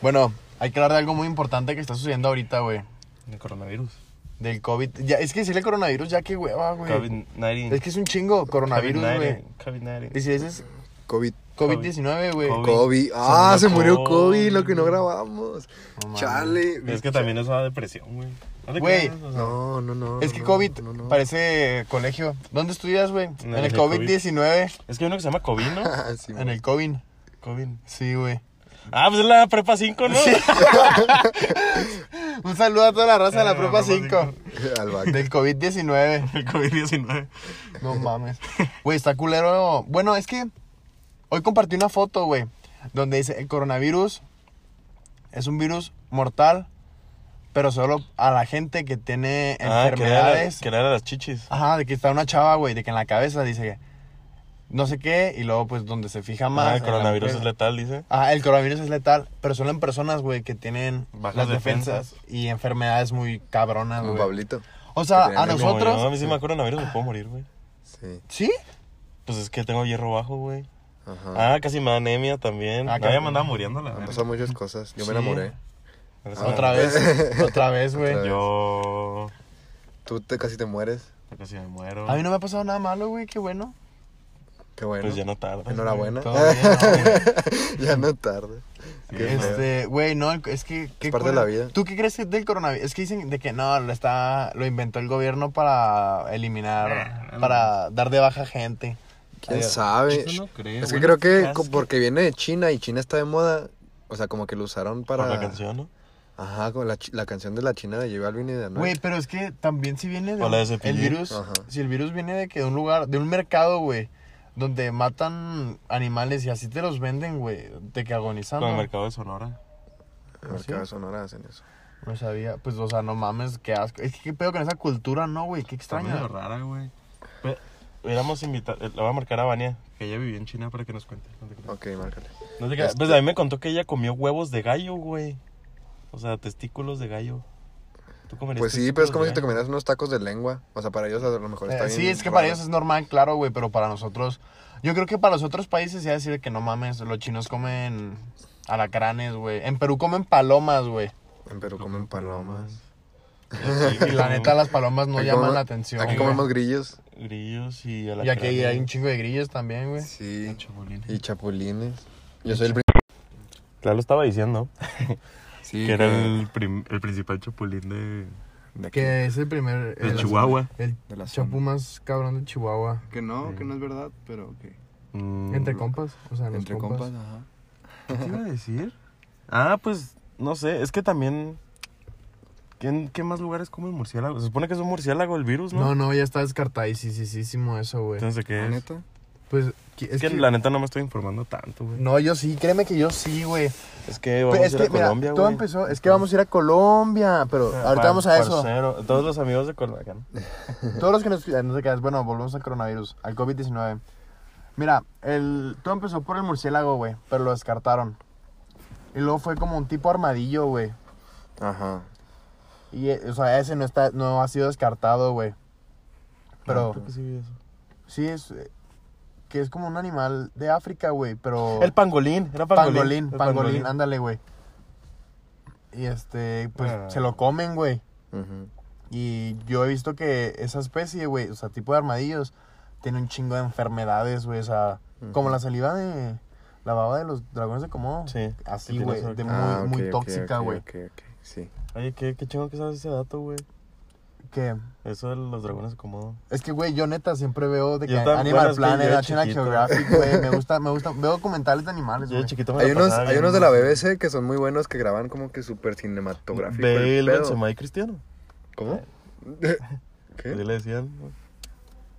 Speaker 3: Bueno, hay que hablar de algo muy importante que está sucediendo ahorita, güey.
Speaker 1: El coronavirus.
Speaker 3: Del COVID. Ya, es que decirle coronavirus, ya que hueva, güey.
Speaker 1: COVID-19.
Speaker 3: Es que es un chingo coronavirus, güey. Y
Speaker 1: COVID-19.
Speaker 3: si dices
Speaker 2: COVID.
Speaker 3: COVID-19, güey.
Speaker 1: COVID.
Speaker 2: Kobe. Ah,
Speaker 1: Se
Speaker 2: se
Speaker 1: murió
Speaker 2: murió Kobe,
Speaker 1: Kobe.
Speaker 2: lo que no grabamos.
Speaker 3: No mames.
Speaker 2: Chale.
Speaker 1: Es que también eso da depresión, güey. ¿No te
Speaker 3: Güey,
Speaker 1: creas? O sea,
Speaker 2: No, no, no.
Speaker 3: Es
Speaker 2: no,
Speaker 3: que
Speaker 2: no,
Speaker 3: COVID
Speaker 2: no, no.
Speaker 3: parece eh, colegio. ¿Dónde estudias, güey? En
Speaker 1: En
Speaker 3: el
Speaker 1: el
Speaker 3: COVID-19.
Speaker 1: Es que hay uno que se llama COVID, ¿no?
Speaker 2: Ah, sí,
Speaker 3: En el COVID.
Speaker 1: COVID.
Speaker 3: Sí, güey.
Speaker 1: Ah, pues es la prepa 5, ¿no?
Speaker 3: Un saludo a toda la raza de la
Speaker 1: Eh,
Speaker 3: Propa
Speaker 1: la prepa
Speaker 3: 5.
Speaker 2: Al back.
Speaker 3: Del COVID-19.
Speaker 1: El COVID-19.
Speaker 3: No mames. Güey, está culero. Bueno, es que Hoy compartí una foto, güey, donde dice, el coronavirus es un virus mortal, pero solo a la gente que tiene
Speaker 1: Ah, que le era,
Speaker 3: enfermedades.
Speaker 1: que le era las chichis.
Speaker 3: Ajá, de que está una chava, güey, de que en la cabeza dice que no sé qué, y luego, pues, donde se fija más.
Speaker 1: Ah,
Speaker 3: en
Speaker 1: el
Speaker 3: la
Speaker 1: coronavirus
Speaker 3: mujer.
Speaker 1: es letal, dice.
Speaker 3: Ajá, el coronavirus es letal, pero solo en personas, güey, que tienen
Speaker 1: Bajas
Speaker 3: las defensas, y enfermedades muy cabronas,
Speaker 2: Como
Speaker 3: güey.
Speaker 2: Pablito.
Speaker 3: O sea,
Speaker 2: Que
Speaker 3: a
Speaker 2: tenían el
Speaker 1: Como yo, a
Speaker 3: nosotros.
Speaker 1: mí si me da coronavirus me puedo morir, güey.
Speaker 2: Sí.
Speaker 3: ¿Sí?
Speaker 1: Pues es que tengo hierro bajo, güey.
Speaker 2: Ajá.
Speaker 1: Ah, casi me da anemia también.
Speaker 3: Ah,
Speaker 1: Ah,
Speaker 3: casi.
Speaker 1: ya me andaba muriendo la
Speaker 2: Han
Speaker 1: verga.
Speaker 2: pasado muchas cosas. Yo me
Speaker 1: Sí.
Speaker 2: enamoré.
Speaker 1: Gracias a
Speaker 3: Otra
Speaker 1: Dios.
Speaker 3: vez, otra vez, güey.
Speaker 2: Otra vez.
Speaker 1: Yo
Speaker 2: Tú te, casi te mueres.
Speaker 1: casi me muero.
Speaker 3: A mí no me ha pasado nada malo, güey, qué bueno.
Speaker 2: Qué bueno.
Speaker 1: Pues ya no tarda.
Speaker 2: Enhorabuena.
Speaker 3: Todo bien,
Speaker 2: ya no tarde. Qué feo.
Speaker 3: Este, güey, no, el- es que... qué
Speaker 2: parte de
Speaker 3: cura-
Speaker 2: la vida.
Speaker 3: ¿Tú qué crees que del coronavirus? Es que dicen de que no, lo está, lo inventó el gobierno para eliminar, para dar de baja gente.
Speaker 2: ¿Quién
Speaker 3: Adiós.
Speaker 2: sabe?
Speaker 1: Eso no creo,
Speaker 2: es que
Speaker 1: bueno,
Speaker 2: creo que
Speaker 1: casi.
Speaker 2: co- porque viene de China y China está de moda. O sea, como que lo usaron para.
Speaker 1: Por la canción, ¿no?
Speaker 2: Ajá, con la, chi- la canción de la China de J Balvin y de Anuel.
Speaker 3: Güey, pero es que también si viene de
Speaker 1: O la de
Speaker 3: un- el
Speaker 1: Cepillín.
Speaker 3: virus,
Speaker 2: Ajá.
Speaker 3: si el virus viene de que de un lugar, de un mercado, güey, donde matan animales y así te los venden, güey, de que
Speaker 1: Con el
Speaker 3: agonizando.
Speaker 1: mercado de Sonora.
Speaker 2: En el mercado de Sonora hacen eso.
Speaker 3: No sabía, pues, o sea, no mames, qué asco. Es que qué pedo con esa cultura, ¿no, güey? Qué
Speaker 1: Está
Speaker 3: extraño.
Speaker 1: medio rara, güey. Pe- Hubiéramos invitado, eh, le voy a marcar a Vania, que ella vivió en China para que nos cuente. No te creas.
Speaker 2: Ok, márcale.
Speaker 1: No te creas.
Speaker 2: Este
Speaker 1: Pues a mí me contó que ella comió huevos de gallo, güey. O sea, testículos de gallo. ¿Tú comerías
Speaker 2: Pues
Speaker 3: este
Speaker 2: sí, pero
Speaker 1: testículos
Speaker 2: es como
Speaker 1: de
Speaker 2: si te
Speaker 1: gallo?
Speaker 2: comieras unos tacos de lengua. O sea, para ellos a lo mejor
Speaker 3: Eh,
Speaker 2: está bien.
Speaker 3: sí, es que para
Speaker 2: raro.
Speaker 3: ellos es normal, claro, güey, pero para nosotros, yo creo que para los otros países ya decir que no mames, los chinos comen alacranes, güey. En Perú comen palomas, güey.
Speaker 2: En Perú comen palomas.
Speaker 1: Aquí
Speaker 3: Y la neta, las palomas no
Speaker 2: Aquí
Speaker 3: llaman
Speaker 2: comemos-
Speaker 3: la atención.
Speaker 2: Aquí
Speaker 3: güey.
Speaker 2: comemos grillos.
Speaker 1: Grillos y
Speaker 3: Y aquí
Speaker 1: alacranes.
Speaker 3: hay un chingo de grillos también, güey.
Speaker 2: Sí.
Speaker 1: Chapulines.
Speaker 2: Y chapulines. Yo soy el
Speaker 1: Claro, lo estaba diciendo.
Speaker 2: prim- Sí,
Speaker 1: que era el, prim- el principal chapulín de,
Speaker 2: de aquí.
Speaker 3: Que es el primer.
Speaker 1: de
Speaker 3: el-
Speaker 1: Chihuahua.
Speaker 3: El
Speaker 2: De la
Speaker 3: chapú
Speaker 2: zona.
Speaker 3: más cabrón de Chihuahua.
Speaker 2: Que no, que no es verdad, pero que.
Speaker 1: Mm,
Speaker 3: Entre compas, o sea, los
Speaker 2: Entre
Speaker 3: compas.
Speaker 2: compas, ajá.
Speaker 1: ¿Qué te iba a decir? Ah, pues, no sé, es que también... ¿En qué más lugares come el murciélago? Se supone que es un murciélago el virus, ¿no?
Speaker 3: No, no, ya está descartadísimo eso, güey.
Speaker 1: Entonces, ¿qué
Speaker 2: ¿La
Speaker 1: es?
Speaker 2: neta?
Speaker 3: Pues que-
Speaker 1: es que, la neta no me estoy informando tanto, güey.
Speaker 3: No, yo sí, créeme que yo sí, güey.
Speaker 1: Es que vamos
Speaker 3: Pues, es
Speaker 1: a ir
Speaker 3: que,
Speaker 1: a Colombia, güey.
Speaker 3: mira,
Speaker 1: Ah,
Speaker 3: todo empezó, es que vamos a ir a Colombia, pero ahorita vamos a eso.
Speaker 1: Parcero, Todos los amigos de Colombia. ¿no?
Speaker 3: Todos los que nos... eh, No te quedas, bueno, volvemos al coronavirus, al COVID-19. Mira, el, todo empezó por el murciélago, güey, pero lo descartaron. Y luego fue como un tipo armadillo, güey.
Speaker 2: Ajá.
Speaker 3: Y, eh, o sea, ese no, está, no ha sido descartado, güey. Pero...
Speaker 1: Ah, Creo que sí vi eso.
Speaker 3: Sí, es. eh, Que es como un animal de África, güey, pero.
Speaker 1: El pangolín, era pangolín.
Speaker 3: pangolín, pangolín,
Speaker 1: El
Speaker 3: ándale, güey. Y este, pues
Speaker 1: Ah.
Speaker 3: se lo comen, güey.
Speaker 2: Ujú.
Speaker 3: Y yo he visto que esa especie, güey, o sea, tipo de armadillos, tiene un chingo de enfermedades, güey, o sea, como la saliva de. La baba de los dragones de Komodo.
Speaker 1: Sí, que
Speaker 3: Así,
Speaker 1: tiene
Speaker 3: güey,
Speaker 1: eso.
Speaker 3: de muy,
Speaker 2: Ah, ok,
Speaker 3: muy
Speaker 2: ok,
Speaker 3: tóxica,
Speaker 2: ok,
Speaker 3: güey.
Speaker 2: ok, ok, Sí.
Speaker 1: Oye, qué, qué chingo que sabes ese dato, güey.
Speaker 3: Que.
Speaker 1: Eso de los dragones acomodo.
Speaker 3: Es que, güey, yo neta siempre veo de que
Speaker 1: Yo también, bueno,
Speaker 3: Animal
Speaker 1: es que
Speaker 3: Planet,
Speaker 1: yo de
Speaker 3: National
Speaker 1: chiquito.
Speaker 3: Geographic, güey, me gusta, me gusta, veo documentales de animales,
Speaker 1: Yo
Speaker 3: güey.
Speaker 1: de chiquito me
Speaker 2: Hay
Speaker 1: la
Speaker 2: unos,
Speaker 1: pasaba
Speaker 2: hay
Speaker 1: viendo
Speaker 2: unos de la BBC que son muy buenos que graban como que súper cinematográfico. el
Speaker 1: Bale,
Speaker 2: pedo.
Speaker 1: Benzema Eh. y Cristiano.
Speaker 2: ¿Cómo?
Speaker 1: Así
Speaker 2: ¿Qué?
Speaker 1: le decían güey.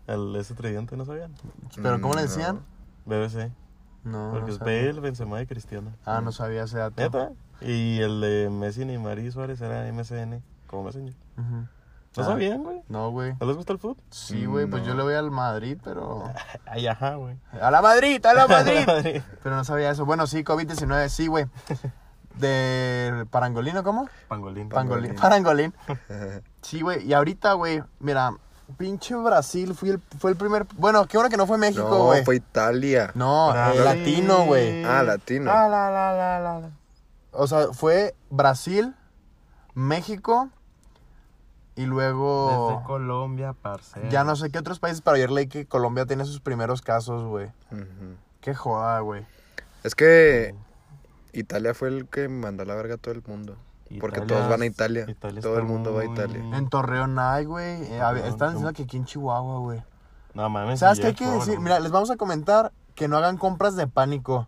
Speaker 1: al ese tridente, ¿no sabían?
Speaker 3: ¿Pero cómo le
Speaker 2: No.
Speaker 3: decían?
Speaker 1: BBC.
Speaker 3: Ah, No,
Speaker 1: porque
Speaker 3: no
Speaker 1: es
Speaker 3: sabía.
Speaker 1: Bale, Benzema y Cristiano.
Speaker 3: Ah, no sabía ese dato.
Speaker 1: ¿Neta? Y el de Messi, Neymar y Suárez era MSN. ¿Cómo me enseñó?
Speaker 3: Ujú.
Speaker 1: ¿No
Speaker 3: Ah.
Speaker 1: sabían, güey?
Speaker 3: No, güey.
Speaker 1: ¿No les gusta el fútbol?
Speaker 3: Sí, güey, pues yo le voy al Madrid, pero...
Speaker 1: Ay, ajá, güey.
Speaker 3: ¡A la Madrid! ¡A la Madrid!
Speaker 1: Madrid.
Speaker 3: pero no sabía eso. Bueno, sí, COVID-19, sí, güey. De... ¿Parangolino cómo?
Speaker 1: Pangolín.
Speaker 3: Pangolín. Parangolín. Sí, güey. Y ahorita, güey, mira, pinche Brasil fui el- fue el primer... Bueno, qué bueno que no fue México,
Speaker 2: No,
Speaker 3: güey.
Speaker 2: fue Italia.
Speaker 3: No,
Speaker 1: Brasil.
Speaker 3: eh, latino, güey.
Speaker 2: Ah, latino.
Speaker 3: Ah, la, la, la, la, la. O sea, fue Brasil, México y luego...
Speaker 1: Desde Colombia, parcero.
Speaker 3: Ya no sé qué otros países, pero ayer leí que Colombia tiene sus primeros casos, güey.
Speaker 2: Ujú.
Speaker 3: Qué joda, güey.
Speaker 2: Es que Italia fue el que mandó a la verga a todo el mundo. Porque
Speaker 1: Italia-
Speaker 2: todos van a Italia.
Speaker 1: Italia
Speaker 2: todo
Speaker 1: está
Speaker 2: el mundo va a
Speaker 1: muy-
Speaker 2: Italia.
Speaker 3: En Torreón hay, güey. Eh, a ver, están diciendo que aquí en Chihuahua, güey.
Speaker 1: No mames.
Speaker 3: ¿Sabes
Speaker 1: sí,
Speaker 3: qué hay
Speaker 1: ya,
Speaker 3: que
Speaker 1: pobre,
Speaker 3: decir?
Speaker 1: güey.
Speaker 3: Mira, les vamos a comentar que no hagan compras de pánico.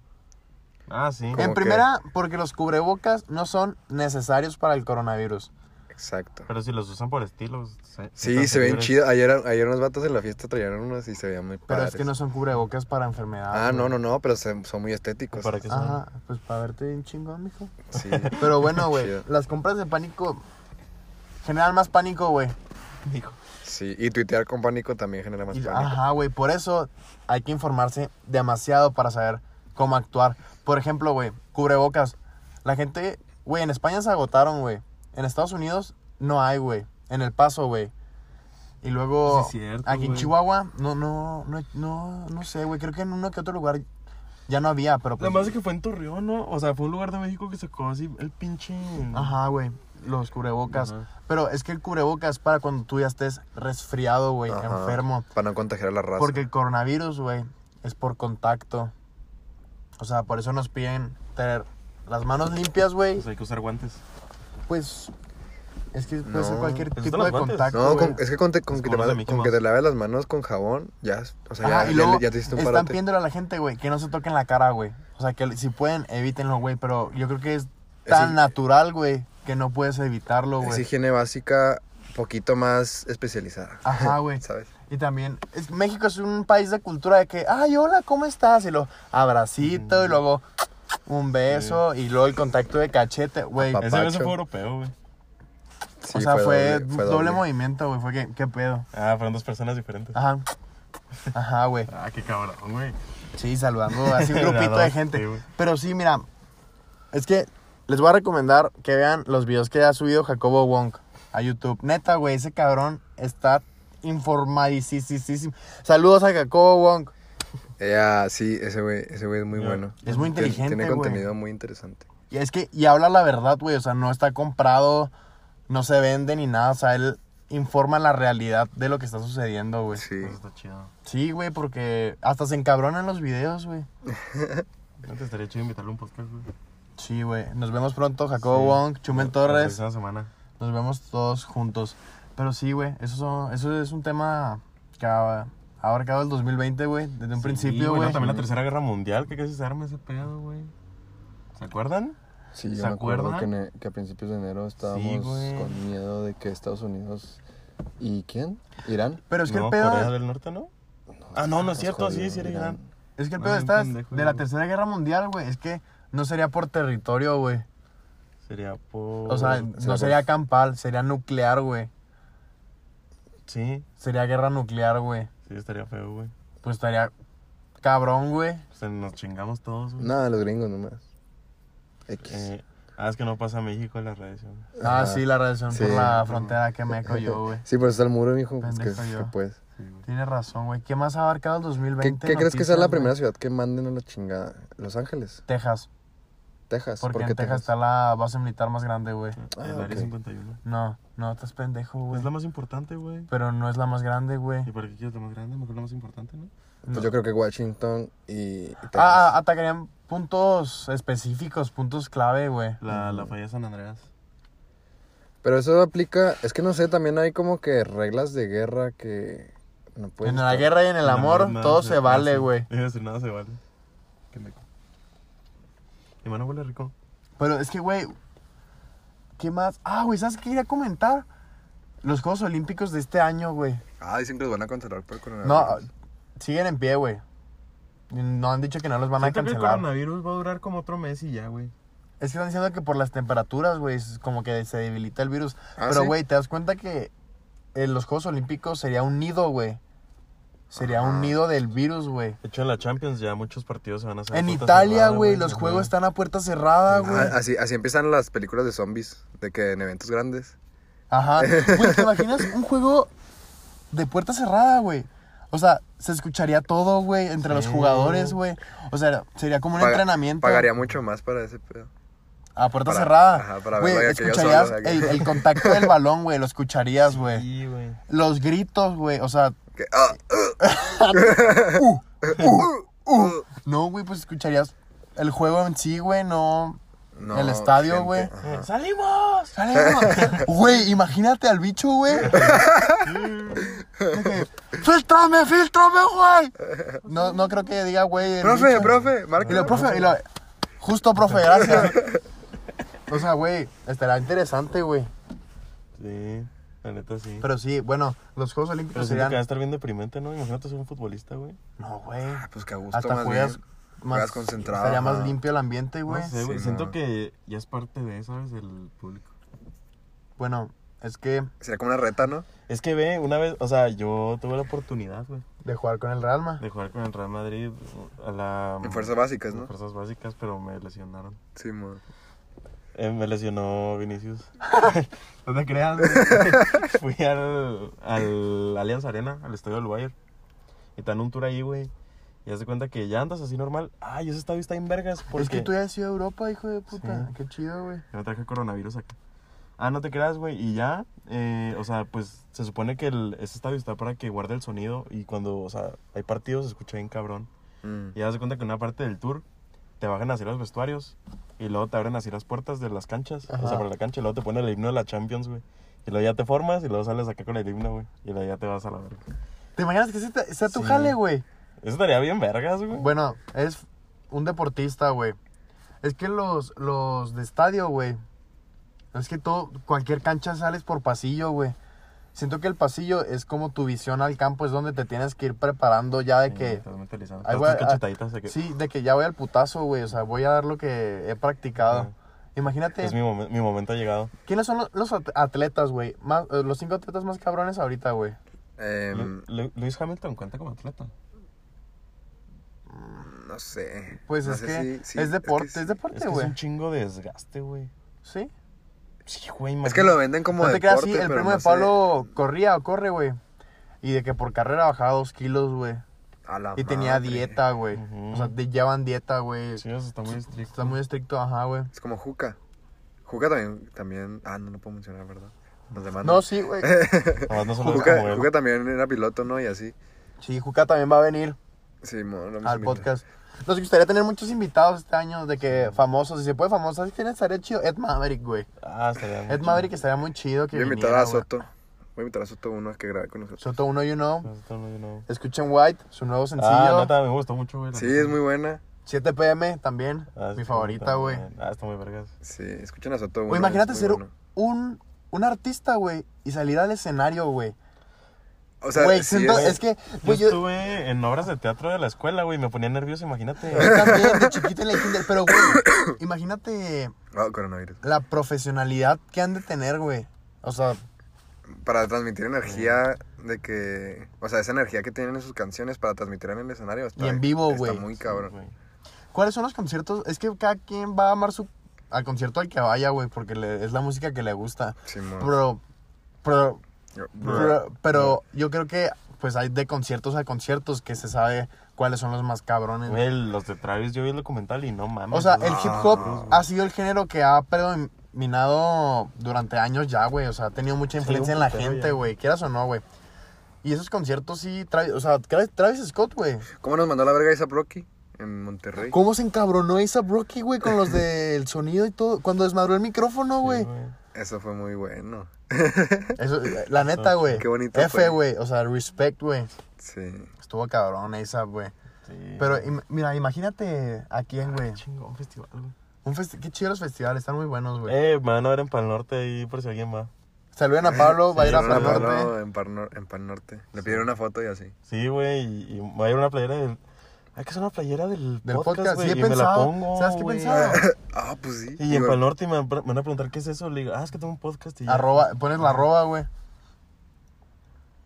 Speaker 1: Ah, sí.
Speaker 2: ¿Cómo
Speaker 3: En
Speaker 2: que?
Speaker 3: primera, porque los cubrebocas no son necesarios para el coronavirus.
Speaker 2: Exacto.
Speaker 1: Pero si los usan por estilos.
Speaker 2: Sí, se ven chidas. Ayer, ayer unos vatos en la fiesta traían unas y se veían muy
Speaker 3: Pero es
Speaker 2: padres.
Speaker 3: que no son cubrebocas para enfermedades.
Speaker 2: Ah, no,
Speaker 3: güey.
Speaker 2: no, no, pero se- son muy estéticos.
Speaker 1: ¿Para qué?
Speaker 3: Ajá, pues para verte bien chingón, mijo.
Speaker 2: Sí.
Speaker 3: Pero bueno, güey,
Speaker 2: Chido.
Speaker 3: las compras de pánico generan más pánico, güey.
Speaker 1: Dijo.
Speaker 2: Sí, y tuitear con pánico también genera más
Speaker 3: Y-
Speaker 2: pánico.
Speaker 3: Ajá, güey, por eso hay que informarse demasiado para saber cómo actuar. Por ejemplo, güey, cubrebocas. La gente, güey, en España se agotaron, güey. En Estados Unidos no hay, güey. En El Paso, güey. Y luego
Speaker 1: Sí, es cierto,
Speaker 3: aquí en
Speaker 1: güey.
Speaker 3: Chihuahua, no, no, no, no, no sé, güey. Creo que en uno que otro lugar ya no había, pero
Speaker 1: Nada
Speaker 3: pues,
Speaker 1: más de que fue en Torreón, ¿no? O sea, fue un lugar de México que sacó así el pinche.
Speaker 3: Ajá, güey. Los cubrebocas.
Speaker 1: Ajá.
Speaker 3: Pero es que el cubrebocas es para cuando tú ya estés resfriado, güey,
Speaker 2: Ajá.
Speaker 3: enfermo.
Speaker 2: Para no contagiar a la raza.
Speaker 3: Porque el coronavirus, güey, es por contacto. O sea, por eso nos piden tener las manos limpias, güey.
Speaker 1: Pues hay que usar guantes.
Speaker 3: Pues es que puede ser
Speaker 2: No.
Speaker 3: cualquier
Speaker 1: Pues
Speaker 3: tipo
Speaker 1: los
Speaker 3: de
Speaker 1: guantes.
Speaker 3: contacto.
Speaker 2: No,
Speaker 3: güey.
Speaker 2: con- es que con, te- con
Speaker 1: Es
Speaker 2: que,
Speaker 1: como
Speaker 2: te
Speaker 1: los de
Speaker 2: ma-
Speaker 1: Mickey
Speaker 2: con que
Speaker 1: Mouse.
Speaker 2: te laves las manos con jabón, ya, o sea,
Speaker 3: Ajá,
Speaker 2: ya,
Speaker 3: y luego
Speaker 2: ya, ya te hiciste un
Speaker 3: están
Speaker 2: parote.
Speaker 3: pidiendo a la gente, güey, que no se toquen la cara, güey. O sea, que si pueden, evítenlo, güey. Pero yo creo que es
Speaker 2: Es
Speaker 3: tan
Speaker 2: hi-
Speaker 3: natural, güey, que no puedes evitarlo,
Speaker 2: Es
Speaker 3: güey.
Speaker 2: higiene básica, poquito más especializada.
Speaker 3: Ajá, güey.
Speaker 2: ¿Sabes?
Speaker 3: Y también, es- México es un país de cultura de que, ay, hola, ¿cómo estás? Y lo abracito, y luego un beso, y luego el contacto de cachete, güey.
Speaker 2: Apapá.
Speaker 1: Ese beso
Speaker 2: Pacho.
Speaker 1: fue europeo, güey.
Speaker 2: Sí,
Speaker 3: O sea, fue,
Speaker 2: doble-
Speaker 3: doble,
Speaker 2: fue
Speaker 3: movimiento, güey. Fue que, ¿qué pedo?
Speaker 1: Ah, fueron dos personas diferentes.
Speaker 3: Ajá. Ajá, güey.
Speaker 1: Ah, qué cabrón, güey.
Speaker 3: Sí, saludando así un grupito
Speaker 1: Nada
Speaker 3: de
Speaker 1: más,
Speaker 3: gente.
Speaker 1: sí, güey.
Speaker 3: Pero sí, mira, es que les voy a recomendar que vean los videos que ha subido Jacobo Wong a YouTube. Neta, güey, ese cabrón está informadísimo. Saludos a Jacobo Wong.
Speaker 2: Eh, ah, sí, ese güey, ese güey es muy
Speaker 1: Ya.
Speaker 2: bueno.
Speaker 3: Es muy
Speaker 2: Tien-
Speaker 3: inteligente,
Speaker 2: Tiene
Speaker 3: güey.
Speaker 2: contenido muy interesante.
Speaker 3: Y es que, y habla la verdad, güey. O sea, no está comprado, no se vende ni nada. O sea, él informa la realidad de lo que está sucediendo, güey.
Speaker 2: Sí.
Speaker 1: Eso está chido.
Speaker 3: Sí, güey, porque hasta se encabronan los videos, güey.
Speaker 1: Antes estaría chido invitarle a un podcast, güey.
Speaker 3: Sí, güey. Nos vemos pronto, Jacobo
Speaker 1: Sí.
Speaker 3: Wong, Chumel
Speaker 1: La
Speaker 3: Torres.
Speaker 1: próxima semana.
Speaker 3: Nos vemos todos juntos. Pero sí, güey, eso, son- eso es un tema que ha ha abarcado el 2020, güey, desde un
Speaker 1: Sí,
Speaker 3: principio,
Speaker 1: no,
Speaker 3: güey.
Speaker 1: También la Tercera Guerra Mundial, que casi se arma ese pedo, güey. ¿Se acuerdan?
Speaker 2: Sí,
Speaker 1: yo ¿Se me acuerdo acuerdan? que
Speaker 2: e, a principios de enero
Speaker 1: estábamos güey. con
Speaker 2: miedo de que Estados Unidos... ¿Y quién? ¿Irán?
Speaker 3: Pero es que
Speaker 1: no,
Speaker 3: el pedo,
Speaker 1: Corea del Norte, ¿no? Ah, no, no es cierto, sí, sí era Irán.
Speaker 3: es que el
Speaker 1: Ah,
Speaker 3: pedo
Speaker 1: bien
Speaker 3: está
Speaker 1: pendejo,
Speaker 3: de la
Speaker 1: güey.
Speaker 3: Tercera Guerra Mundial, güey, es que no sería por territorio, güey.
Speaker 1: Sería por...
Speaker 3: O sea, no
Speaker 2: por-
Speaker 3: sería campal, sería nuclear, güey.
Speaker 1: Sí,
Speaker 3: Sería guerra nuclear, güey.
Speaker 1: sí, estaría feo, güey.
Speaker 3: Pues estaría cabrón, güey.
Speaker 1: O sea, nos chingamos todos, güey.
Speaker 2: Nada, los gringos nomás. X.
Speaker 1: Eh, ah, es que no pasa a México la radiación.
Speaker 3: Ah,
Speaker 2: Ajá.
Speaker 3: sí, la radiación por
Speaker 2: Sí.
Speaker 3: la frontera que me yo, güey.
Speaker 2: Sí, por eso está el muro, mijo. Pues que,
Speaker 3: Pendejo yo.
Speaker 2: que pues.
Speaker 1: Sí, güey.
Speaker 3: Tienes razón, güey. ¿Qué más ha abarcado el
Speaker 2: ¿Qué,
Speaker 3: 2020?
Speaker 2: qué crees que sea
Speaker 3: Noticias,
Speaker 2: la
Speaker 3: güey.
Speaker 2: primera ciudad que manden a la chingada? Los Ángeles,
Speaker 3: Texas.
Speaker 2: Texas.
Speaker 3: Porque
Speaker 2: ¿Por qué
Speaker 3: en Texas está la base militar más grande, güey.
Speaker 2: Ah,
Speaker 1: el área
Speaker 2: ok.
Speaker 1: 51.
Speaker 3: No, no, estás pendejo, güey.
Speaker 1: Pues, Es la más importante, güey.
Speaker 3: Pero no es la más grande, güey.
Speaker 1: ¿Y para qué quieres la más grande? Mejor la más importante, ¿no?
Speaker 2: Pues
Speaker 3: No.
Speaker 2: yo creo que Washington y, y Texas.
Speaker 3: Ah, ah, atacarían puntos específicos, puntos clave, güey.
Speaker 1: La, la falla de San Andreas.
Speaker 2: Pero eso aplica. Es que no sé, también hay como que reglas de guerra que. No puedes.
Speaker 3: en la
Speaker 2: estar-
Speaker 3: guerra y en el amor,
Speaker 1: nada
Speaker 3: todo
Speaker 1: se-
Speaker 3: se
Speaker 1: nada
Speaker 3: vale,
Speaker 1: se-
Speaker 3: güey.
Speaker 1: Ah, Iba a decir, nada se vale. Qué meco. Mi mano huele rico.
Speaker 3: Pero es que, güey, ¿qué más? Ah, güey, ¿sabes qué quería comentar? Los Juegos Olímpicos de este año, güey.
Speaker 2: Ah, dicen que los van a cancelar por
Speaker 3: No,
Speaker 2: coronavirus.
Speaker 3: siguen en pie, güey. No han dicho que no los van a
Speaker 1: Siento que el
Speaker 3: cancelar.
Speaker 1: coronavirus va a durar como otro mes y ya, güey.
Speaker 3: Es que están diciendo que por las temperaturas, güey, es como que se debilita el virus.
Speaker 2: Ah,
Speaker 3: Pero,
Speaker 2: ¿sí?
Speaker 3: güey, ¿te das cuenta que en los Juegos Olímpicos sería un nido, güey? Sería
Speaker 2: Ah.
Speaker 3: un nido del virus, güey.
Speaker 1: De hecho, en la Champions ya muchos partidos se van a hacer.
Speaker 3: En
Speaker 1: puerta
Speaker 3: Italia,
Speaker 1: cerrada,
Speaker 3: güey, los
Speaker 1: Ajá.
Speaker 3: juegos están a puerta cerrada, güey.
Speaker 2: Ah, así, así empiezan las películas de zombies. De que en eventos grandes.
Speaker 3: Ajá. Güey, ¿te imaginas un juego de puerta cerrada, güey? O sea, se escucharía todo, güey, entre los
Speaker 1: Sí.
Speaker 3: jugadores, güey. O sea, sería como un
Speaker 2: Paga-
Speaker 3: entrenamiento.
Speaker 2: Pagaría mucho más para ese pedo.
Speaker 3: A puerta
Speaker 2: para-
Speaker 3: cerrada.
Speaker 2: ajá, para
Speaker 3: Güey,
Speaker 2: verlo ya que yo solo,
Speaker 3: escucharías
Speaker 2: o sea, que-
Speaker 3: el, el contacto del balón, güey. Lo escucharías, güey.
Speaker 1: Sí, güey.
Speaker 3: Los gritos, güey. O sea,
Speaker 2: Que- ah,
Speaker 3: uh, uh, uh.
Speaker 2: uh.
Speaker 3: No, güey, pues escucharías el juego en sí, güey, no.
Speaker 2: No,
Speaker 3: el estadio,
Speaker 2: gente,
Speaker 3: güey.
Speaker 2: ajá.
Speaker 1: Eh, ¡Salimos!
Speaker 3: Dale, güey. Ah. Güey, imagínate al bicho, güey. ¡Filtrame, filtrame, güey! No, no creo que diga, güey. el
Speaker 2: Profe,
Speaker 3: bicho.
Speaker 2: profe,
Speaker 3: Y
Speaker 2: marca.
Speaker 3: lo, profe, y lo- justo, profe, gracias. O sea, güey, estará interesante, güey.
Speaker 1: Sí, la neta sí.
Speaker 3: Pero sí, bueno, los Juegos Olímpicos
Speaker 1: Pero siento
Speaker 3: serían.
Speaker 1: que va a estar bien deprimente, ¿no? Imagínate ser un futbolista, güey.
Speaker 3: No, güey.
Speaker 2: Ah,
Speaker 4: Pues que a gusto
Speaker 3: Hasta
Speaker 4: más
Speaker 3: juegas
Speaker 4: bien.
Speaker 3: más.
Speaker 4: juegas concentrado,
Speaker 3: Estaría más
Speaker 4: ajá.
Speaker 3: limpio el ambiente, güey.
Speaker 1: No sé, güey.
Speaker 4: sí,
Speaker 1: Siento
Speaker 4: no.
Speaker 1: que ya es parte de, ¿sabes? El público.
Speaker 3: Bueno, es que
Speaker 4: Sería como una reta, ¿no?
Speaker 1: Es que ve, una vez, o sea, yo tuve la oportunidad, güey,
Speaker 3: de jugar con el Realma.
Speaker 1: de jugar con el Real Madrid a la.
Speaker 4: En fuerzas básicas, ¿no?
Speaker 1: En fuerzas básicas, pero me lesionaron.
Speaker 4: Sí, mo.
Speaker 1: Eh, me lesionó Vinicius.
Speaker 3: No te creas.
Speaker 1: Fui al, al Allianz Arena, al estadio del Bayern. Y tan un tour ahí, güey. Y haz de cuenta que ya andas así normal. Ay, ese estadio está en vergas. Porque
Speaker 3: es que tú ya has ido a Europa, hijo de puta.
Speaker 1: Sí.
Speaker 3: Qué chido, güey.
Speaker 1: Yo traje coronavirus acá. Ah, no te creas, güey. Y ya, eh, o sea, pues se supone que el, ese estadio está para que guarde el sonido. Y cuando, o sea, hay partidos, se escucha bien cabrón.
Speaker 4: Mm.
Speaker 1: Y haz de cuenta que en una parte del tour te bajan así los vestuarios. Y luego te abren así las puertas de las canchas. O
Speaker 3: Ajá.
Speaker 1: sea, para la cancha. Y luego te ponen el himno de la Champions, güey. Y luego ya te formas y luego sales acá con el himno, güey. Y luego ya te vas a la verga.
Speaker 3: ¿Te imaginas que ese te- sea tu
Speaker 1: Sí.
Speaker 3: jale, güey?
Speaker 1: Eso estaría bien vergas, güey.
Speaker 3: Bueno, es un deportista, güey. Es que los, los de estadio, güey. Es que todo, cualquier cancha sales por pasillo, güey. Siento que el pasillo es como tu visión al campo, es donde te tienes que ir preparando ya de
Speaker 1: Sí,
Speaker 3: que.
Speaker 1: Estás mentalizando.
Speaker 3: Ay,
Speaker 1: Todas
Speaker 3: güey,
Speaker 1: tus
Speaker 3: ah,
Speaker 1: cachetaditas de que,
Speaker 3: Sí, de que ya voy al putazo, güey. O sea, voy a dar lo que he practicado.
Speaker 1: Ajá.
Speaker 3: Imagínate,
Speaker 1: Es mi, momen- mi momento ha llegado.
Speaker 3: ¿quiénes son los, los at- atletas, güey? Más- eh, Los cinco atletas más cabrones ahorita, güey.
Speaker 4: Em,
Speaker 1: Lu- Lu- Luis Hamilton cuenta como atleta.
Speaker 4: no sé.
Speaker 3: Pues
Speaker 4: No
Speaker 3: es,
Speaker 4: sé
Speaker 3: que
Speaker 4: si- sí,
Speaker 3: es deporte, es,
Speaker 4: Es que,
Speaker 1: Es
Speaker 3: deporte,
Speaker 1: que
Speaker 3: güey.
Speaker 1: es un chingo de desgaste, güey.
Speaker 3: Sí.
Speaker 1: Sí, güey.
Speaker 4: es que lo venden como
Speaker 3: no te creas,
Speaker 4: deporte,
Speaker 3: sí, el
Speaker 4: pero
Speaker 3: primo
Speaker 4: no
Speaker 3: de
Speaker 4: sé.
Speaker 3: Pablo corría o corre, güey. Y de que por carrera bajaba dos kilos, güey.
Speaker 4: A la
Speaker 3: Y tenía
Speaker 4: Ah, madre.
Speaker 3: dieta, güey.
Speaker 1: Ujú.
Speaker 3: O sea, te llevan dieta, güey.
Speaker 1: Sí, eso está muy estricto.
Speaker 3: Está muy estricto, ajá, güey.
Speaker 4: Es como Juca. Juca también, también... Ah, no, no puedo mencionar, ¿verdad? Nos demandan.
Speaker 3: No, sí, güey.
Speaker 4: eh.
Speaker 1: Nomás no son los como
Speaker 4: Juca,
Speaker 1: él.
Speaker 4: Juca también era piloto, ¿no? Y así.
Speaker 3: Sí, Juca también va a venir
Speaker 4: Sí, mo, no me
Speaker 3: al podcast. Nos gustaría tener muchos invitados este año de que famosos, si se puede famosos, ¿sabes quién estaría chido? Ed Maverick, güey.
Speaker 1: Ah, estaría bien.
Speaker 3: Ed Maverick estaría muy chido que
Speaker 4: Voy a invitar
Speaker 3: viniera,
Speaker 4: a
Speaker 3: güey.
Speaker 4: Soto. Voy a invitar a Soto uno que grabe con nosotros.
Speaker 3: Soto 1 y 1.
Speaker 1: Esto no, yo no.
Speaker 3: Escuchen White, su nuevo
Speaker 1: Ah,
Speaker 3: sencillo.
Speaker 1: neta, me gustó mucho, güey. la
Speaker 4: Sí,
Speaker 1: neta.
Speaker 4: es muy buena.
Speaker 3: 7 pm también,
Speaker 1: Ah,
Speaker 3: mi
Speaker 1: está
Speaker 3: favorita,
Speaker 1: muy
Speaker 3: güey.
Speaker 1: bien. Ah, está muy vergas.
Speaker 4: Sí, escuchen a Soto uno.
Speaker 3: O imagínate
Speaker 4: es muy
Speaker 3: ser
Speaker 4: bueno.
Speaker 3: un, un artista, güey, y salir al escenario, güey.
Speaker 4: O sea,
Speaker 3: Güey,
Speaker 4: sí,
Speaker 3: siento,
Speaker 4: es-
Speaker 3: es que,
Speaker 1: Yo
Speaker 3: güey, yo,
Speaker 1: estuve en obras de teatro de la escuela, güey. Me ponía nervioso, imagínate.
Speaker 3: yo también de chiquito en la kinder, pero, güey, imagínate
Speaker 4: Oh, coronavirus.
Speaker 3: la profesionalidad que han de tener, güey. O sea,
Speaker 4: Para transmitir energía de que... O sea, esa energía que tienen en sus canciones para transmitir en el escenario. está-
Speaker 3: Y en vivo,
Speaker 4: está
Speaker 3: güey.
Speaker 4: muy cabrón.
Speaker 1: güey.
Speaker 3: ¿cuáles son los conciertos? Es que cada quien va a amar su, al concierto al que vaya, güey, porque le- es la música que le gusta.
Speaker 4: Simón.
Speaker 3: Pero, pero,
Speaker 4: Yo-
Speaker 3: pero, pero yo creo que, pues, hay de conciertos a conciertos que se sabe cuáles son los más cabrones.
Speaker 1: Güey, los de Travis, yo vi el documental y no mames.
Speaker 3: O sea,
Speaker 1: güey.
Speaker 3: el hip
Speaker 1: Ah,
Speaker 3: hop ha sido el género que ha predominado durante años ya, güey. O sea, ha tenido mucha
Speaker 1: Sí,
Speaker 3: influencia en
Speaker 1: un
Speaker 3: la
Speaker 1: putero
Speaker 3: gente,
Speaker 1: ya.
Speaker 3: güey. Quieras o no, güey. Y esos conciertos sí, Travis, o sea, Tra- Travis Scott, güey.
Speaker 4: ¿Cómo nos mandó la verga esa Brocky? En Monterrey.
Speaker 3: ¿Cómo se encabronó esa Rocky, güey, con los del sonido y todo? Cuando desmadró el micrófono,
Speaker 1: Sí,
Speaker 3: güey.
Speaker 4: Eso fue muy bueno.
Speaker 3: Eso, la neta, güey.
Speaker 4: Qué bonito
Speaker 3: F,
Speaker 4: fue.
Speaker 3: güey. O sea, respect, güey.
Speaker 4: Sí.
Speaker 3: Estuvo cabrón esa, güey.
Speaker 1: Sí.
Speaker 3: Pero, eh, im- mira, imagínate a quién, güey.
Speaker 1: Chingón festival, güey.
Speaker 3: Un festi- Qué chido los festivales, están muy buenos, güey.
Speaker 1: Eh, me van a ver en Pal Norte ahí por si alguien va.
Speaker 3: Saluden a Pablo, va a ir a
Speaker 4: Fueron a
Speaker 3: Pal
Speaker 4: Palo
Speaker 3: Norte.
Speaker 4: en, Par Nor- en Pan Norte. Le pidieron una foto y así.
Speaker 1: Sí, güey, y, y va a ir una playera del... Hay que hacer una playera del,
Speaker 3: Del podcast,
Speaker 1: güey,
Speaker 3: sí he
Speaker 1: y me la
Speaker 3: pensado.
Speaker 1: pongo,
Speaker 3: ¿Sabes qué he
Speaker 1: güey.
Speaker 3: pensado?
Speaker 4: Ah, pues sí.
Speaker 1: Y en
Speaker 4: Digo,
Speaker 1: Pal Norte me, van a pre- me van a preguntar, ¿qué es eso? Le digo, ah, es que tengo un podcast y ya.
Speaker 3: Arroba, pones la arroba, güey.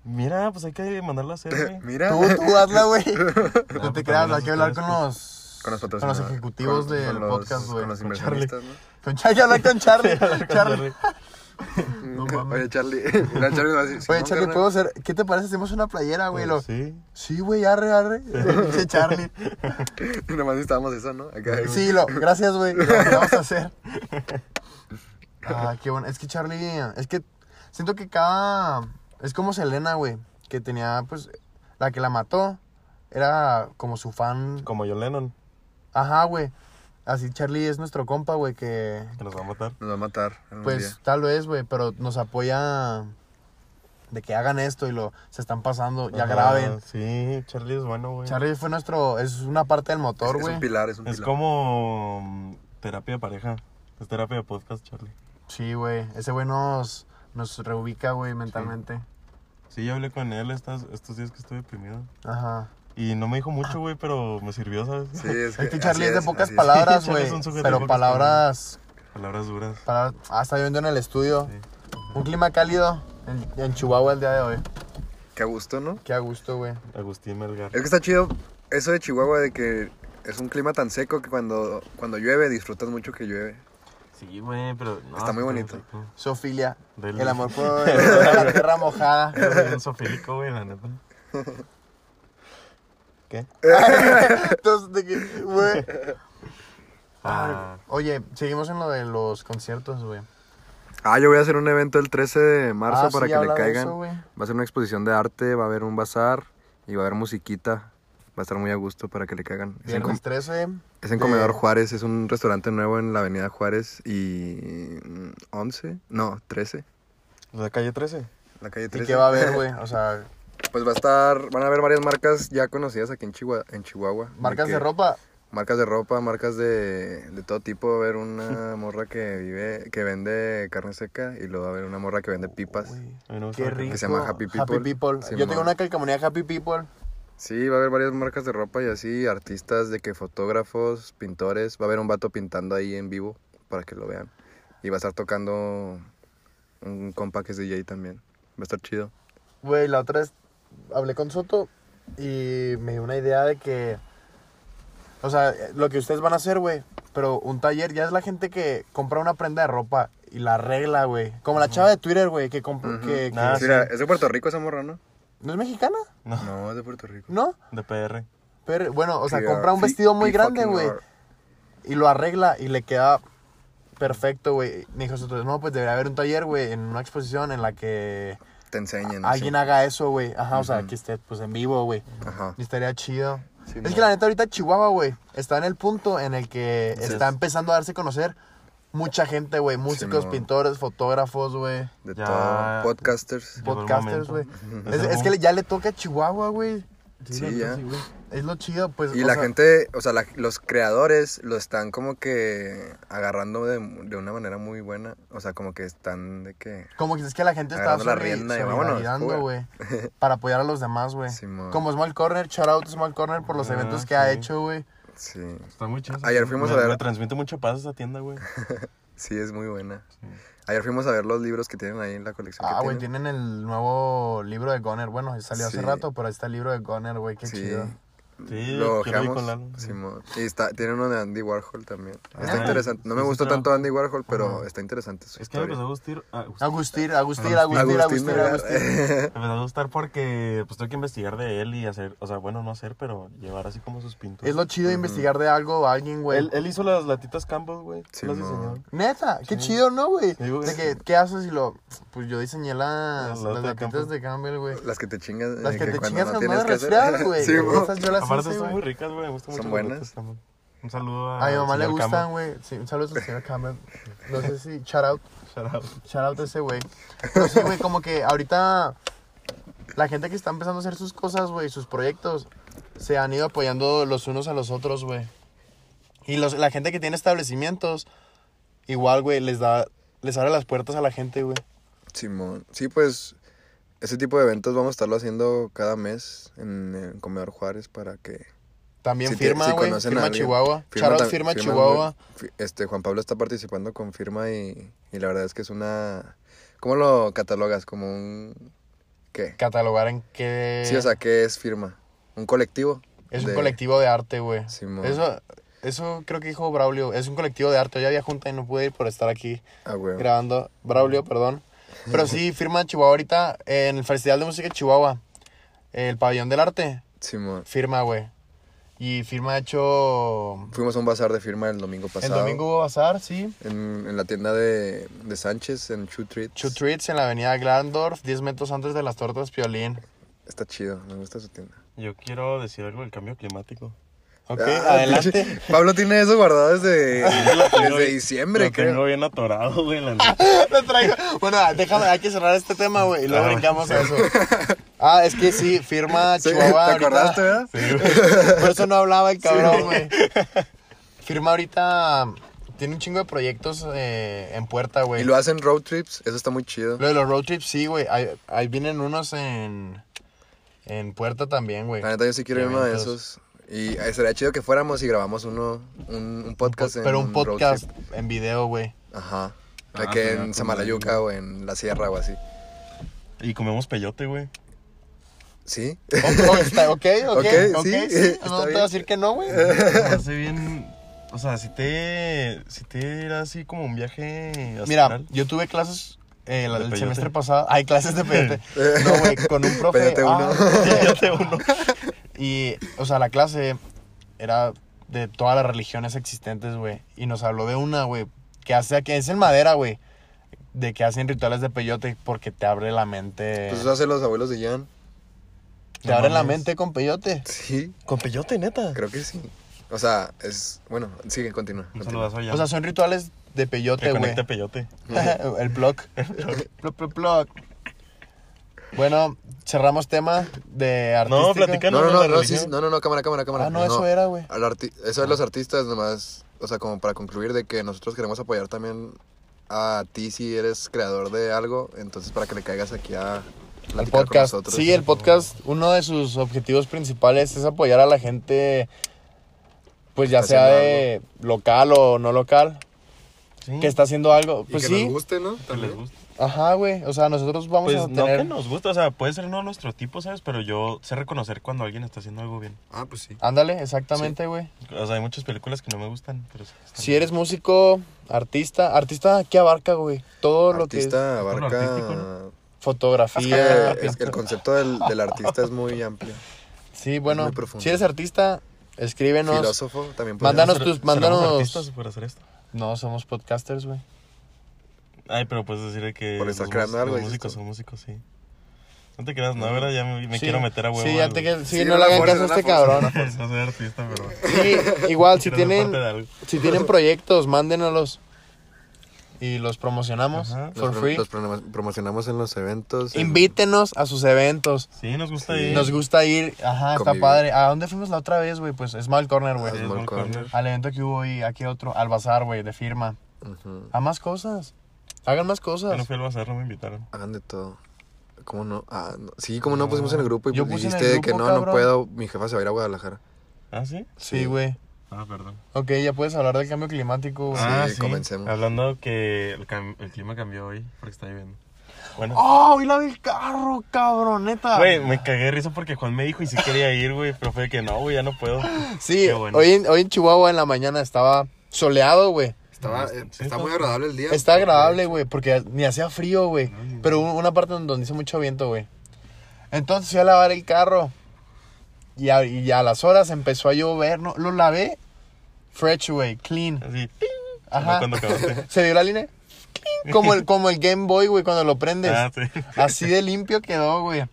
Speaker 1: Mira, pues hay que mandarla a hacer, güey.
Speaker 4: Mira.
Speaker 3: Tú, tú hazla, güey. No
Speaker 1: pues
Speaker 3: te
Speaker 1: también
Speaker 3: creas, hay
Speaker 1: los
Speaker 3: que hablar
Speaker 1: ustedes,
Speaker 3: con
Speaker 1: pues.
Speaker 3: los,
Speaker 4: Con los
Speaker 3: con
Speaker 4: patrocinadores.
Speaker 3: ejecutivos
Speaker 4: Con-
Speaker 3: del
Speaker 4: con los-
Speaker 3: podcast, güey.
Speaker 4: Con los
Speaker 3: Con,
Speaker 4: inversionistas, ¿no?
Speaker 3: Charlie, ya hablar con Charlie.
Speaker 1: Hablar con
Speaker 3: Charlie.
Speaker 4: Mm, Oye, Charlie. Mira, Charlie va a decir,
Speaker 3: Oye,
Speaker 4: "Simón,
Speaker 3: Charlie,
Speaker 4: carnal".
Speaker 3: ¿puedo hacer? ¿Qué te parece? Hacemos una playera, güey. Lo-
Speaker 1: Pues Sí.
Speaker 3: Sí, güey, arre, arre. Che, Charlie.
Speaker 4: Y nomás necesitábamos eso, ¿no? Acá, güey.
Speaker 3: Sí, lo, gracias, güey. Lo vamos a hacer. Ah, qué bueno. Es que Charlie, es que siento que cada. Es como Selena, güey. Que tenía, pues, la que la mató. Era como su fan.
Speaker 1: Como John Lennon,
Speaker 3: Ajá, güey. Así Charlie es nuestro compa, güey, que.
Speaker 1: que nos va a matar.
Speaker 4: Nos va a matar algún día.
Speaker 3: Pues tal vez, güey, pero nos apoya de que hagan esto y lo se están pasando, ya
Speaker 1: Ajá,
Speaker 3: graben.
Speaker 1: Ah, Sí, Charlie es bueno, güey.
Speaker 3: Charlie fue nuestro, es una parte del
Speaker 4: Es,
Speaker 3: motor,
Speaker 4: es un
Speaker 3: güey.
Speaker 4: pilar, es un
Speaker 1: Es
Speaker 4: pilar.
Speaker 1: como mm, terapia de pareja. Es terapia de podcast, Charlie.
Speaker 3: Sí, güey, ese güey nos, nos reubica, güey, mentalmente.
Speaker 1: Sí, yo hablé con él estas, estos días que estuve deprimido.
Speaker 3: Ajá.
Speaker 1: Y no me dijo
Speaker 3: Ah.
Speaker 1: mucho, güey, pero me sirvió, ¿sabes?
Speaker 2: Sí, es que.
Speaker 3: Es que
Speaker 2: así
Speaker 3: Charlie es de pocas
Speaker 2: así
Speaker 3: palabras,
Speaker 1: Charlie
Speaker 3: güey.
Speaker 1: es un sujeto de
Speaker 3: Pero
Speaker 1: pocas
Speaker 3: palabras.
Speaker 1: Palabras duras.
Speaker 3: palabras ah, está lloviendo en el estudio.
Speaker 1: Sí.
Speaker 3: Un clima cálido en, en Chihuahua el día de hoy.
Speaker 2: Qué a gusto, ¿no?
Speaker 3: Qué a gusto, güey.
Speaker 1: Agustín Melgar.
Speaker 2: Es que está chido eso de Chihuahua, de que es un clima tan seco que cuando, cuando llueve disfrutas mucho que llueve.
Speaker 1: Sí, güey, pero. no,
Speaker 2: Está muy bonito.
Speaker 1: rico.
Speaker 3: Sofilia.
Speaker 1: Del-
Speaker 3: El amor por la tierra
Speaker 1: Yo
Speaker 3: mojada.
Speaker 1: soy un sofílico, güey, la neta. ¿Qué?
Speaker 3: Entonces, de que, güey.
Speaker 1: Ah,
Speaker 3: Oye, seguimos en lo de los conciertos, güey.
Speaker 2: Ah, yo voy a hacer un evento el 13 de marzo
Speaker 3: Ah,
Speaker 2: para
Speaker 3: sí,
Speaker 2: que
Speaker 3: habla
Speaker 2: le
Speaker 3: de
Speaker 2: caigan.
Speaker 3: eso, güey.
Speaker 2: va a ser una exposición de arte, va a haber un bazar y va a haber musiquita. Va a estar muy a gusto para que le caigan. Es en,
Speaker 3: Viernes
Speaker 2: Com-
Speaker 3: 13.
Speaker 2: es en
Speaker 3: pues, de-
Speaker 2: Comedor Juárez, es un restaurante nuevo en la avenida Juárez y... mm, ¿11? No, 13.
Speaker 1: la calle 13.
Speaker 2: La calle
Speaker 3: ¿Y
Speaker 2: 13.
Speaker 3: qué va a haber, güey? O sea,
Speaker 2: Pues va a estar, van a haber varias marcas ya conocidas aquí en Chihuahua. En Chihuahua
Speaker 3: marcas
Speaker 2: que-
Speaker 3: de ropa.
Speaker 2: Marcas de ropa, marcas de, de todo tipo. Va a haber una morra que vive, que vende carne seca y luego va a haber una morra que vende pipas.
Speaker 3: Güey,
Speaker 1: A mí no me
Speaker 3: Qué
Speaker 1: gusta.
Speaker 3: rico.
Speaker 2: Que se llama Happy People.
Speaker 3: Yo
Speaker 2: Simón.
Speaker 3: tengo una calcamonía Happy People.
Speaker 2: Sí, va a haber varias marcas de ropa y así, artistas de que fotógrafos, pintores. Va a haber un vato pintando ahí en vivo para que lo vean. Y va a estar tocando un compa que es DJ también. Va a estar chido.
Speaker 3: Güey, la otra vez hablé con Soto y me dio una idea de que. O sea, lo que ustedes van a hacer, güey. Pero un taller, ya es la gente que compra una prenda de ropa y la arregla, güey. Como la chava de Twitter, güey, que, comp-
Speaker 2: Ujú.
Speaker 3: que, que-
Speaker 1: Ah,
Speaker 2: Sí, mira, es de Puerto Rico esa morra, ¿no?
Speaker 3: ¿No es mexicana?
Speaker 1: No,
Speaker 2: No, es de Puerto Rico. uh,
Speaker 3: ¿No?
Speaker 1: de PR.
Speaker 3: Pero, bueno, o sea, compra un vestido muy grande, güey. Y lo arregla y le queda perfecto, güey. Me dijo Soto, no, pues debería haber un taller, güey, en una exposición en la que
Speaker 2: Te enseñan.
Speaker 3: alguien
Speaker 2: así.
Speaker 3: haga eso, güey. Ajá, o sea,
Speaker 2: Ujú.
Speaker 3: que esté, pues, en vivo, güey.
Speaker 2: Ajá.
Speaker 3: Y estaría chido.
Speaker 2: Sí,
Speaker 3: es
Speaker 2: no.
Speaker 3: que la neta ahorita Chihuahua, güey, está en el punto en el que está empezando a darse a conocer mucha gente, güey. Músicos,
Speaker 2: no.
Speaker 3: pintores, fotógrafos, güey.
Speaker 2: De
Speaker 1: Ya.
Speaker 2: todo. Podcasters.
Speaker 1: Llegó el
Speaker 3: Podcasters, güey.
Speaker 1: momento.
Speaker 3: Es,
Speaker 1: el
Speaker 3: es que le- ya le toca a Chihuahua, güey.
Speaker 2: Sí, ya.
Speaker 3: Es lo chido, pues.
Speaker 2: Y
Speaker 3: o
Speaker 2: la
Speaker 3: sea,
Speaker 2: gente, o sea, la- los creadores lo están como que agarrando de, de una manera muy buena. O sea, como que están de que.
Speaker 3: Como que es que la gente está
Speaker 2: Agarrando la
Speaker 3: solidari-
Speaker 2: rienda y vámonos,
Speaker 3: solidarizando, güey.
Speaker 2: fuga.
Speaker 3: Para apoyar a los demás, güey.
Speaker 2: Simón.
Speaker 3: Como Small Corner, shout out a Small Corner por los
Speaker 1: Ah,
Speaker 3: eventos que ha
Speaker 1: sí.
Speaker 3: hecho, güey.
Speaker 2: Sí,
Speaker 1: Está muy chido. esa
Speaker 2: Ayer
Speaker 1: tienda.
Speaker 2: fuimos a
Speaker 1: Me-
Speaker 2: ver-
Speaker 1: Me transmite mucha paz esa tienda, güey.
Speaker 2: sí, es muy buena. Ayer fuimos a ver los libros que tienen ahí en la colección.
Speaker 3: Ah,
Speaker 2: que
Speaker 3: güey,
Speaker 2: tienen.
Speaker 3: tienen el nuevo libro de Goner. Bueno, salió hace
Speaker 2: Sí.
Speaker 3: rato, pero ahí está el libro de Goner, güey. Qué
Speaker 2: Sí.
Speaker 3: chido.
Speaker 1: Sí,
Speaker 2: lo
Speaker 1: quiero ir con
Speaker 2: ojeamos.
Speaker 1: Lalo.
Speaker 2: Simón. Y está, tiene uno de Andy Warhol también. Está
Speaker 1: Ah,
Speaker 2: interesante. No me
Speaker 1: ese
Speaker 2: gustó
Speaker 1: está-
Speaker 2: tanto Andy Warhol, pero
Speaker 1: Ajá.
Speaker 2: está interesante su
Speaker 1: Es que me
Speaker 2: historia.
Speaker 1: empezó a gustar. A, gust-
Speaker 3: Agustín, Agustín,
Speaker 2: Agustín,
Speaker 3: Agustín, Agustín,
Speaker 2: ¿verdad?
Speaker 3: Agustín.
Speaker 1: me empezó a gustar porque pues tengo que investigar de él y hacer, o sea, bueno, no hacer, pero llevar así como sus pinturas.
Speaker 3: Es lo chido de investigar de algo a alguien, güey.
Speaker 1: él, él hizo las latitas Campbell, güey.
Speaker 2: Sí,
Speaker 1: las
Speaker 2: no.
Speaker 1: diseñó.
Speaker 3: Neta, qué chido, ¿no, güey?
Speaker 1: Sí, güey.
Speaker 3: De que, ¿qué haces y lo...? Pues yo diseñé
Speaker 1: Las
Speaker 3: las,
Speaker 1: latas
Speaker 3: las
Speaker 1: de
Speaker 3: latitas
Speaker 1: Campbell.
Speaker 3: de Campbell, güey.
Speaker 2: Las que te chingas.
Speaker 3: Las
Speaker 2: eh,
Speaker 3: que te
Speaker 2: cuando
Speaker 3: chingas con
Speaker 2: tienes
Speaker 3: madre
Speaker 2: que hacer-
Speaker 3: resfriar, güey.
Speaker 2: Sí, mo.
Speaker 3: Esas yo las
Speaker 1: Aparte
Speaker 3: hice,
Speaker 1: están
Speaker 3: güey.
Speaker 1: muy ricas, güey. Me gustan
Speaker 2: Son
Speaker 1: mucho
Speaker 2: buenas.
Speaker 1: las latitas Campbell. Un saludo a.
Speaker 3: A mi mamá
Speaker 1: al
Speaker 3: le
Speaker 1: señor
Speaker 3: gustan,
Speaker 1: Campbell.
Speaker 3: güey. Sí, un saludo al señor Campbell. No sé si... Shout out. Shout out. Shout out a ese güey. Pero sí, güey, como que ahorita... La gente que está empezando a hacer sus cosas, güey, sus proyectos, se han ido apoyando los unos a los otros, güey. Y los, la gente que tiene establecimientos, igual, güey, les da... Les abre las puertas a la gente, güey.
Speaker 2: Simón. Sí, pues ese tipo de eventos vamos a estarlo haciendo cada mes en el Comedor Juárez para que...
Speaker 3: También
Speaker 2: si te-
Speaker 3: firma,
Speaker 2: si
Speaker 3: güey.
Speaker 2: conocen a
Speaker 3: firma
Speaker 2: alguien,
Speaker 3: Chihuahua. Charles
Speaker 2: tam-
Speaker 3: firma,
Speaker 2: firma,
Speaker 3: Chihuahua.
Speaker 2: güey. Fi- Este, Juan Pablo está participando con firma y, y la verdad es que es una... ¿Cómo lo catalogas? Como un... ¿Qué?
Speaker 3: Catalogar en qué...
Speaker 2: Sí, o sea, ¿qué es firma? ¿Un colectivo?
Speaker 3: Eh. Es un
Speaker 2: de-
Speaker 3: colectivo de arte, güey.
Speaker 2: Simón.
Speaker 3: Eso, eso creo que dijo Braulio. Es un colectivo de arte. Yo ya había junta y no pude ir por estar aquí
Speaker 2: Ah, güey.
Speaker 3: grabando. Braulio, perdón. Pero sí, firma Chihuahua ahorita en el Festival de Música de Chihuahua. El Pabellón del Arte.
Speaker 2: Simón.
Speaker 3: Firma, güey. Y firma hecho...
Speaker 2: Fuimos a un bazar de firma el domingo
Speaker 3: El
Speaker 2: pasado.
Speaker 3: domingo hubo bazar, sí.
Speaker 2: En, en la tienda de, de Sánchez, en Shoe Treats.
Speaker 3: Two Treats en la avenida Glandorf, 10 metros antes de las tortas Piolín.
Speaker 2: Está chido, me gusta su tienda.
Speaker 1: Yo quiero decir algo del cambio climático.
Speaker 3: Ok,
Speaker 2: Ah,
Speaker 3: adelante.
Speaker 2: pinche- Pablo tiene eso guardado desde,
Speaker 3: Pues,
Speaker 1: tengo
Speaker 2: desde
Speaker 1: bien-
Speaker 2: diciembre,
Speaker 1: Lo tengo
Speaker 2: creo.
Speaker 1: bien atorado, güey, la neta.
Speaker 3: Lo traigo. Bueno, déjame, hay que cerrar este tema, güey, y luego
Speaker 1: Ah,
Speaker 3: brincamos a eso. Ah, es que sí, firma
Speaker 2: Sí, ¿Te
Speaker 3: Chihuahua. ahorita.
Speaker 2: acordaste, verdad?
Speaker 1: Sí, güey.
Speaker 3: Por eso no hablaba el cabrón, güey. Firma ahorita tiene un chingo de proyectos eh, en puerta, güey.
Speaker 2: Y lo hacen road trips, eso está muy chido.
Speaker 3: Lo de los road trips, sí, güey. Ahí, ahí vienen unos en, en puerta también, güey.
Speaker 2: La neta, yo sí quiero ir a uno de
Speaker 3: Eventos.
Speaker 2: esos. Y eh, sería chido que fuéramos y grabamos uno, un, un podcast. en
Speaker 3: Pero un
Speaker 2: road
Speaker 3: podcast
Speaker 2: trip.
Speaker 3: en video, güey.
Speaker 2: Ajá.
Speaker 5: Ah,
Speaker 2: de que
Speaker 5: sería
Speaker 2: en
Speaker 5: como
Speaker 2: Samalayuca o en la sierra o así.
Speaker 1: Y comemos peyote, güey.
Speaker 2: ¿Sí?
Speaker 3: O- o está- Ok, ok,
Speaker 2: Ok,
Speaker 3: ok.
Speaker 2: sí, Eh,
Speaker 3: sí,
Speaker 2: está
Speaker 3: No te
Speaker 2: bien.
Speaker 3: voy a decir que no, güey.
Speaker 1: Me hace bien. O sea, si te. Si te era así como un viaje.
Speaker 3: Mira,
Speaker 1: astral.
Speaker 3: yo tuve clases eh, la-
Speaker 1: ¿De
Speaker 3: el
Speaker 1: peyote?
Speaker 3: semestre pasado. Hay clases de peyote. No, güey, con un profe.
Speaker 2: Peyote
Speaker 3: ah,
Speaker 2: uno.
Speaker 3: peyote uno. Y, o sea, la clase era de todas las religiones existentes, güey. Y nos habló de una, güey, que hace, que es en madera, güey. De que hacen rituales de peyote porque te abre la mente.
Speaker 2: Pues eso hacen los abuelos de Jan.
Speaker 3: te
Speaker 1: no
Speaker 3: abre la
Speaker 1: mames.
Speaker 3: mente con peyote.
Speaker 2: Sí,
Speaker 3: Con peyote, neta.
Speaker 2: creo que sí. O sea, es. Bueno, sigue, continúa.
Speaker 1: Un
Speaker 2: continúa.
Speaker 1: saludazo allá.
Speaker 3: O sea, son rituales de
Speaker 1: que
Speaker 3: peyote, güey.
Speaker 1: conecta peyote.
Speaker 3: el blog. Ploc, ploc, ploc. Bueno, cerramos tema de artístico.
Speaker 1: No, platican.
Speaker 2: No, no, no,
Speaker 1: la
Speaker 2: no, sí,
Speaker 1: religión.
Speaker 2: no, no, no, cámara, cámara, cámara.
Speaker 3: Ah, no, eso era, güey.
Speaker 2: al arti- eso de los artistas nomás, o sea, como para concluir de que nosotros queremos apoyar también a ti si eres creador de algo, entonces para que le caigas aquí a
Speaker 3: El
Speaker 2: platicar con
Speaker 3: podcast.
Speaker 2: nosotros.
Speaker 3: Sí, el podcast, uno de sus objetivos principales es apoyar a la gente, pues ya
Speaker 2: Está
Speaker 3: sea
Speaker 2: haciendo
Speaker 3: de local o no local,
Speaker 1: Sí.
Speaker 3: que está haciendo algo.
Speaker 2: Y
Speaker 3: Pues
Speaker 2: que nos
Speaker 3: sí.
Speaker 2: guste, ¿no?
Speaker 1: Que les
Speaker 2: También.
Speaker 1: gusta.
Speaker 3: Ajá, güey. O sea, nosotros vamos a
Speaker 1: Pues no
Speaker 3: tener...
Speaker 1: que nos gusta, o sea, puede ser no nuestro tipo, ¿sabes? Pero yo sé reconocer cuando alguien está haciendo algo bien.
Speaker 2: Ah, pues sí.
Speaker 3: Ándale, exactamente, güey.
Speaker 1: O sea, hay muchas películas que no me gustan, pero sí que están
Speaker 3: Si eres músico, artista, artista, ¿qué abarca, güey? Todo lo que
Speaker 2: Artista
Speaker 1: lo artístico,
Speaker 2: abarca...
Speaker 3: es
Speaker 2: Sí,
Speaker 3: fotografía.
Speaker 2: eh, es que el concepto del, del artista es muy amplio.
Speaker 3: Sí, bueno,
Speaker 2: muy profundo.
Speaker 3: si eres artista, escríbenos.
Speaker 2: Filósofo también. podría
Speaker 3: Mándanos
Speaker 2: ser.
Speaker 1: Ser-
Speaker 3: tus-
Speaker 1: seremos
Speaker 3: mándanos-
Speaker 1: artistas por hacer esto.
Speaker 3: No, somos podcasters, güey.
Speaker 1: Ay, pero puedes decir que.
Speaker 2: Por estar
Speaker 1: los
Speaker 2: creando
Speaker 1: mús-
Speaker 2: algo,
Speaker 1: Los
Speaker 2: dices
Speaker 1: músicos
Speaker 2: tú.
Speaker 1: son músicos, sí. No te creas, no, ahora ya me, me
Speaker 3: Sí.
Speaker 1: quiero meter a huevo.
Speaker 3: Sí, ya
Speaker 1: al-
Speaker 3: te quedas. Sí,
Speaker 2: Sí,
Speaker 3: no
Speaker 2: no
Speaker 3: le
Speaker 2: la
Speaker 3: hagan
Speaker 2: fuerces,
Speaker 3: caso a
Speaker 2: no la
Speaker 3: este cabrón.
Speaker 2: fuerces.
Speaker 1: No soy artista, pero.
Speaker 3: Sí, igual, si
Speaker 1: quiero ser
Speaker 3: tienen,
Speaker 1: parte de algo.
Speaker 3: si tienen proyectos, mándenoslos. Y los promocionamos
Speaker 1: Ajá.
Speaker 3: for
Speaker 2: Los, pro-
Speaker 3: free.
Speaker 2: los promo- promocionamos en los eventos. en-
Speaker 3: Invítenos a sus eventos.
Speaker 1: Sí, nos gusta ir.
Speaker 3: Nos gusta ir. Ajá, está
Speaker 2: Convivir.
Speaker 3: padre. ¿A dónde fuimos la otra vez, güey? Pues Small Corner, güey.
Speaker 1: Sí,
Speaker 2: Small
Speaker 1: es muy
Speaker 2: Corner.
Speaker 1: corner.
Speaker 3: Al evento que hubo y aquí otro. Al bazar, güey, de firma.
Speaker 2: Ujú.
Speaker 3: A más cosas. Hagan más
Speaker 1: Yo
Speaker 3: cosas.
Speaker 1: no fui al bazar, no me invitaron.
Speaker 2: Hagan de todo. ¿Cómo no? Ah, no. Sí, como no pusimos en el grupo y
Speaker 3: Yo
Speaker 2: pues
Speaker 3: puse en el
Speaker 2: dijiste de que
Speaker 3: grupo,
Speaker 2: no,
Speaker 3: cabrón.
Speaker 2: no puedo, mi jefa se va a ir a Guadalajara.
Speaker 1: ¿Ah, sí?
Speaker 3: Sí, güey.
Speaker 1: Ah, perdón.
Speaker 3: Ok, ya puedes hablar del cambio climático, güey.
Speaker 1: ah,
Speaker 2: sí, comencemos.
Speaker 1: Hablando que el, cam- el clima cambió hoy, porque está lloviendo. Bueno.
Speaker 3: ¡Oh! Hoy la vi el carro, cabrón, neta.
Speaker 1: Güey, me cagué de risa porque Juan me dijo y sí quería ir, güey, pero fue de que no, güey, ya no puedo.
Speaker 3: sí,
Speaker 1: qué bueno.
Speaker 3: hoy, en- hoy en Chihuahua en la mañana estaba soleado, güey.
Speaker 2: Estaba,
Speaker 1: Sí,
Speaker 2: eh,
Speaker 1: está-
Speaker 2: está muy agradable el día.
Speaker 1: Pues,
Speaker 3: Está agradable, güey, porque ni hacía frío, güey. Pero hubo una parte donde hizo mucho viento, güey. Entonces fui a lavar el carro. Y a, y a las horas empezó a llover, ¿no? Lo lavé. Fresh, güey, clean.
Speaker 1: Así,
Speaker 3: Ajá.
Speaker 1: Ajá. cuando acabaste.
Speaker 3: ¿Se vio la línea? Clean. Como el, como el Game Boy, güey, cuando lo prendes.
Speaker 1: Ah, sí.
Speaker 3: Así de limpio quedó, güey.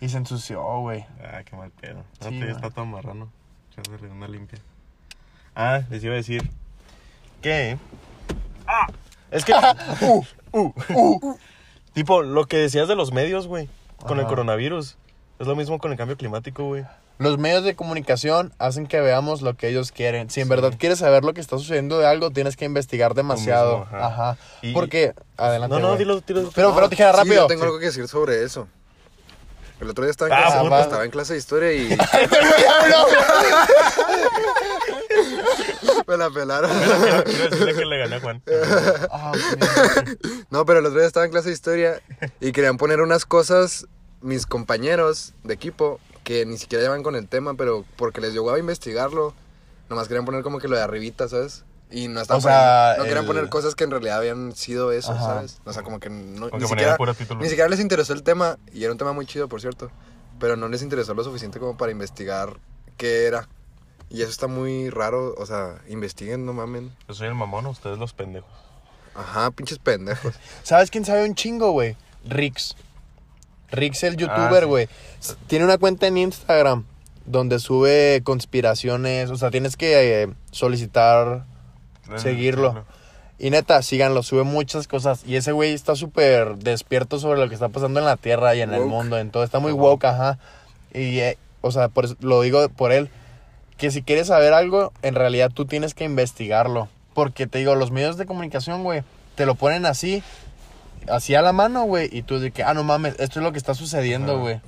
Speaker 3: Y se ensució, güey.
Speaker 1: Ah, qué mal pedo. No,
Speaker 3: Sí,
Speaker 1: te-
Speaker 3: güey.
Speaker 1: está todo marrano. Echándole una limpia. Ah, les iba a decir que. ¡Ah! Es que. ¡Uh! ¡Uh! ¡Uh! Tipo, lo que decías de los medios, güey. Con el
Speaker 3: Ajá.
Speaker 1: coronavirus. Es lo mismo con el cambio climático, güey.
Speaker 3: Los medios de comunicación hacen que veamos lo que ellos quieren. Si en verdad quieres saber lo que está sucediendo de algo, tienes que investigar demasiado.
Speaker 1: mismo,
Speaker 3: ajá.
Speaker 1: ajá. Y-
Speaker 3: Porque, adelante.
Speaker 1: no, no,
Speaker 3: güey.
Speaker 1: dilo, dilo.
Speaker 3: Pero, pero tijera
Speaker 2: Sí,
Speaker 3: rápido.
Speaker 2: yo tengo algo que decir sobre eso. El otro día estaba en,
Speaker 1: Ah,
Speaker 2: clase,
Speaker 3: bueno.
Speaker 2: estaba en clase de historia y me la pelaron.
Speaker 1: Quiero decirle que le gané a Juan.
Speaker 3: Ah, ok.
Speaker 2: No, pero el otro día estaba en clase de historia y querían poner unas cosas mis compañeros de equipo que ni siquiera llevan con el tema, pero porque les llegó a investigarlo, nomás querían poner como que lo de arribita, ¿sabes? Y no, estaban
Speaker 3: O sea,
Speaker 2: poniendo- no querían
Speaker 3: el-
Speaker 2: poner cosas que en realidad habían sido eso,
Speaker 3: Ajá.
Speaker 2: ¿sabes? O sea, como que no,
Speaker 1: que
Speaker 2: ni,
Speaker 1: ponían
Speaker 2: siquiera,
Speaker 1: puro título.
Speaker 2: ni siquiera les interesó el tema, y era un tema muy chido, por cierto, pero no les interesó lo suficiente como para investigar qué era. Y eso está muy raro, o sea, investiguen, no mamen.
Speaker 1: Yo soy el mamón, ustedes los pendejos.
Speaker 2: Ajá, pinches pendejos.
Speaker 3: ¿Sabes quién sabe un chingo, güey? Rix. Rix, el
Speaker 1: Ah,
Speaker 3: youtuber,
Speaker 1: sí.
Speaker 3: güey. S- Tiene una cuenta en Instagram donde sube conspiraciones. O sea, tienes que eh, solicitar Seguirlo. Y neta, síganlo, sube muchas cosas. Y ese güey está súper despierto sobre lo que está pasando en la Tierra y en el
Speaker 2: Woke.
Speaker 3: mundo. En todo, está muy woke, ajá. Y, eh, o sea, por eso- lo digo por él. Que si quieres saber algo, en realidad tú tienes que investigarlo. Porque te digo, los medios de comunicación, güey, te lo ponen así, así a la mano, güey. Y tú de que, ah, no mames, esto es lo que está sucediendo,
Speaker 1: Ajá.
Speaker 3: güey.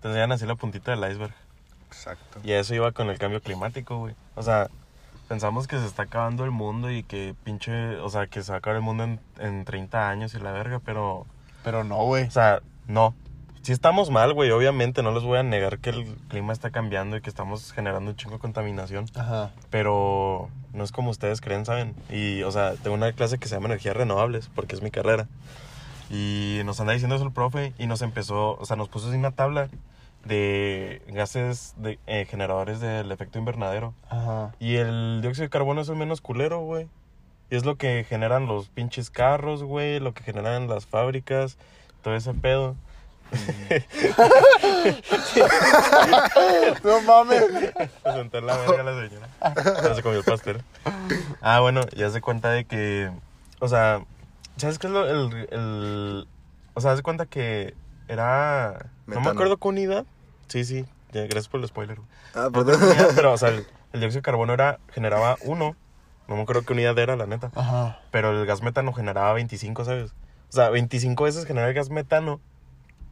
Speaker 1: Te enseñan así la puntita del iceberg.
Speaker 2: Exacto.
Speaker 1: Y a eso iba con el cambio climático, güey. O sea, pensamos que se está acabando el mundo y que pinche. O sea, que se va a acabar el mundo en, en 30 años y la verga, pero.
Speaker 3: Pero no, güey.
Speaker 1: O sea, no. Sí estamos mal, güey, obviamente. No les voy a negar que el clima está cambiando y que estamos generando un chingo de contaminación.
Speaker 3: Ajá.
Speaker 1: Pero no es como ustedes creen, ¿saben? Y, o sea, tengo una clase que se llama Energías Renovables, porque es mi carrera. Y nos anda diciendo eso el profe y nos empezó, o sea, nos puso así una tabla de gases de, eh, generadores del efecto invernadero.
Speaker 3: Ajá.
Speaker 1: Y el dióxido de carbono es el menos culero, güey. Y es lo que generan los pinches carros, güey, lo que generan las fábricas, todo ese pedo.
Speaker 3: No mames.
Speaker 1: Se sentó en la verga la señora. Ya se comió el pastel. Ah, bueno, ya se cuenta de que. O sea, ¿sabes qué es lo, el, el- O sea, haz de cuenta que era. No me
Speaker 2: Metano.
Speaker 1: acuerdo qué unidad. Sí, sí. ya, gracias por el spoiler. güey.
Speaker 2: Ah,
Speaker 1: No me
Speaker 2: perdón.
Speaker 1: acuerdo qué unidad, Pero, o sea, el, el dióxido de carbono era, generaba uno. No me acuerdo qué unidad era, la neta.
Speaker 3: Ajá.
Speaker 1: Pero el gas metano generaba 25, ¿sabes? O sea, 25 veces genera el gas metano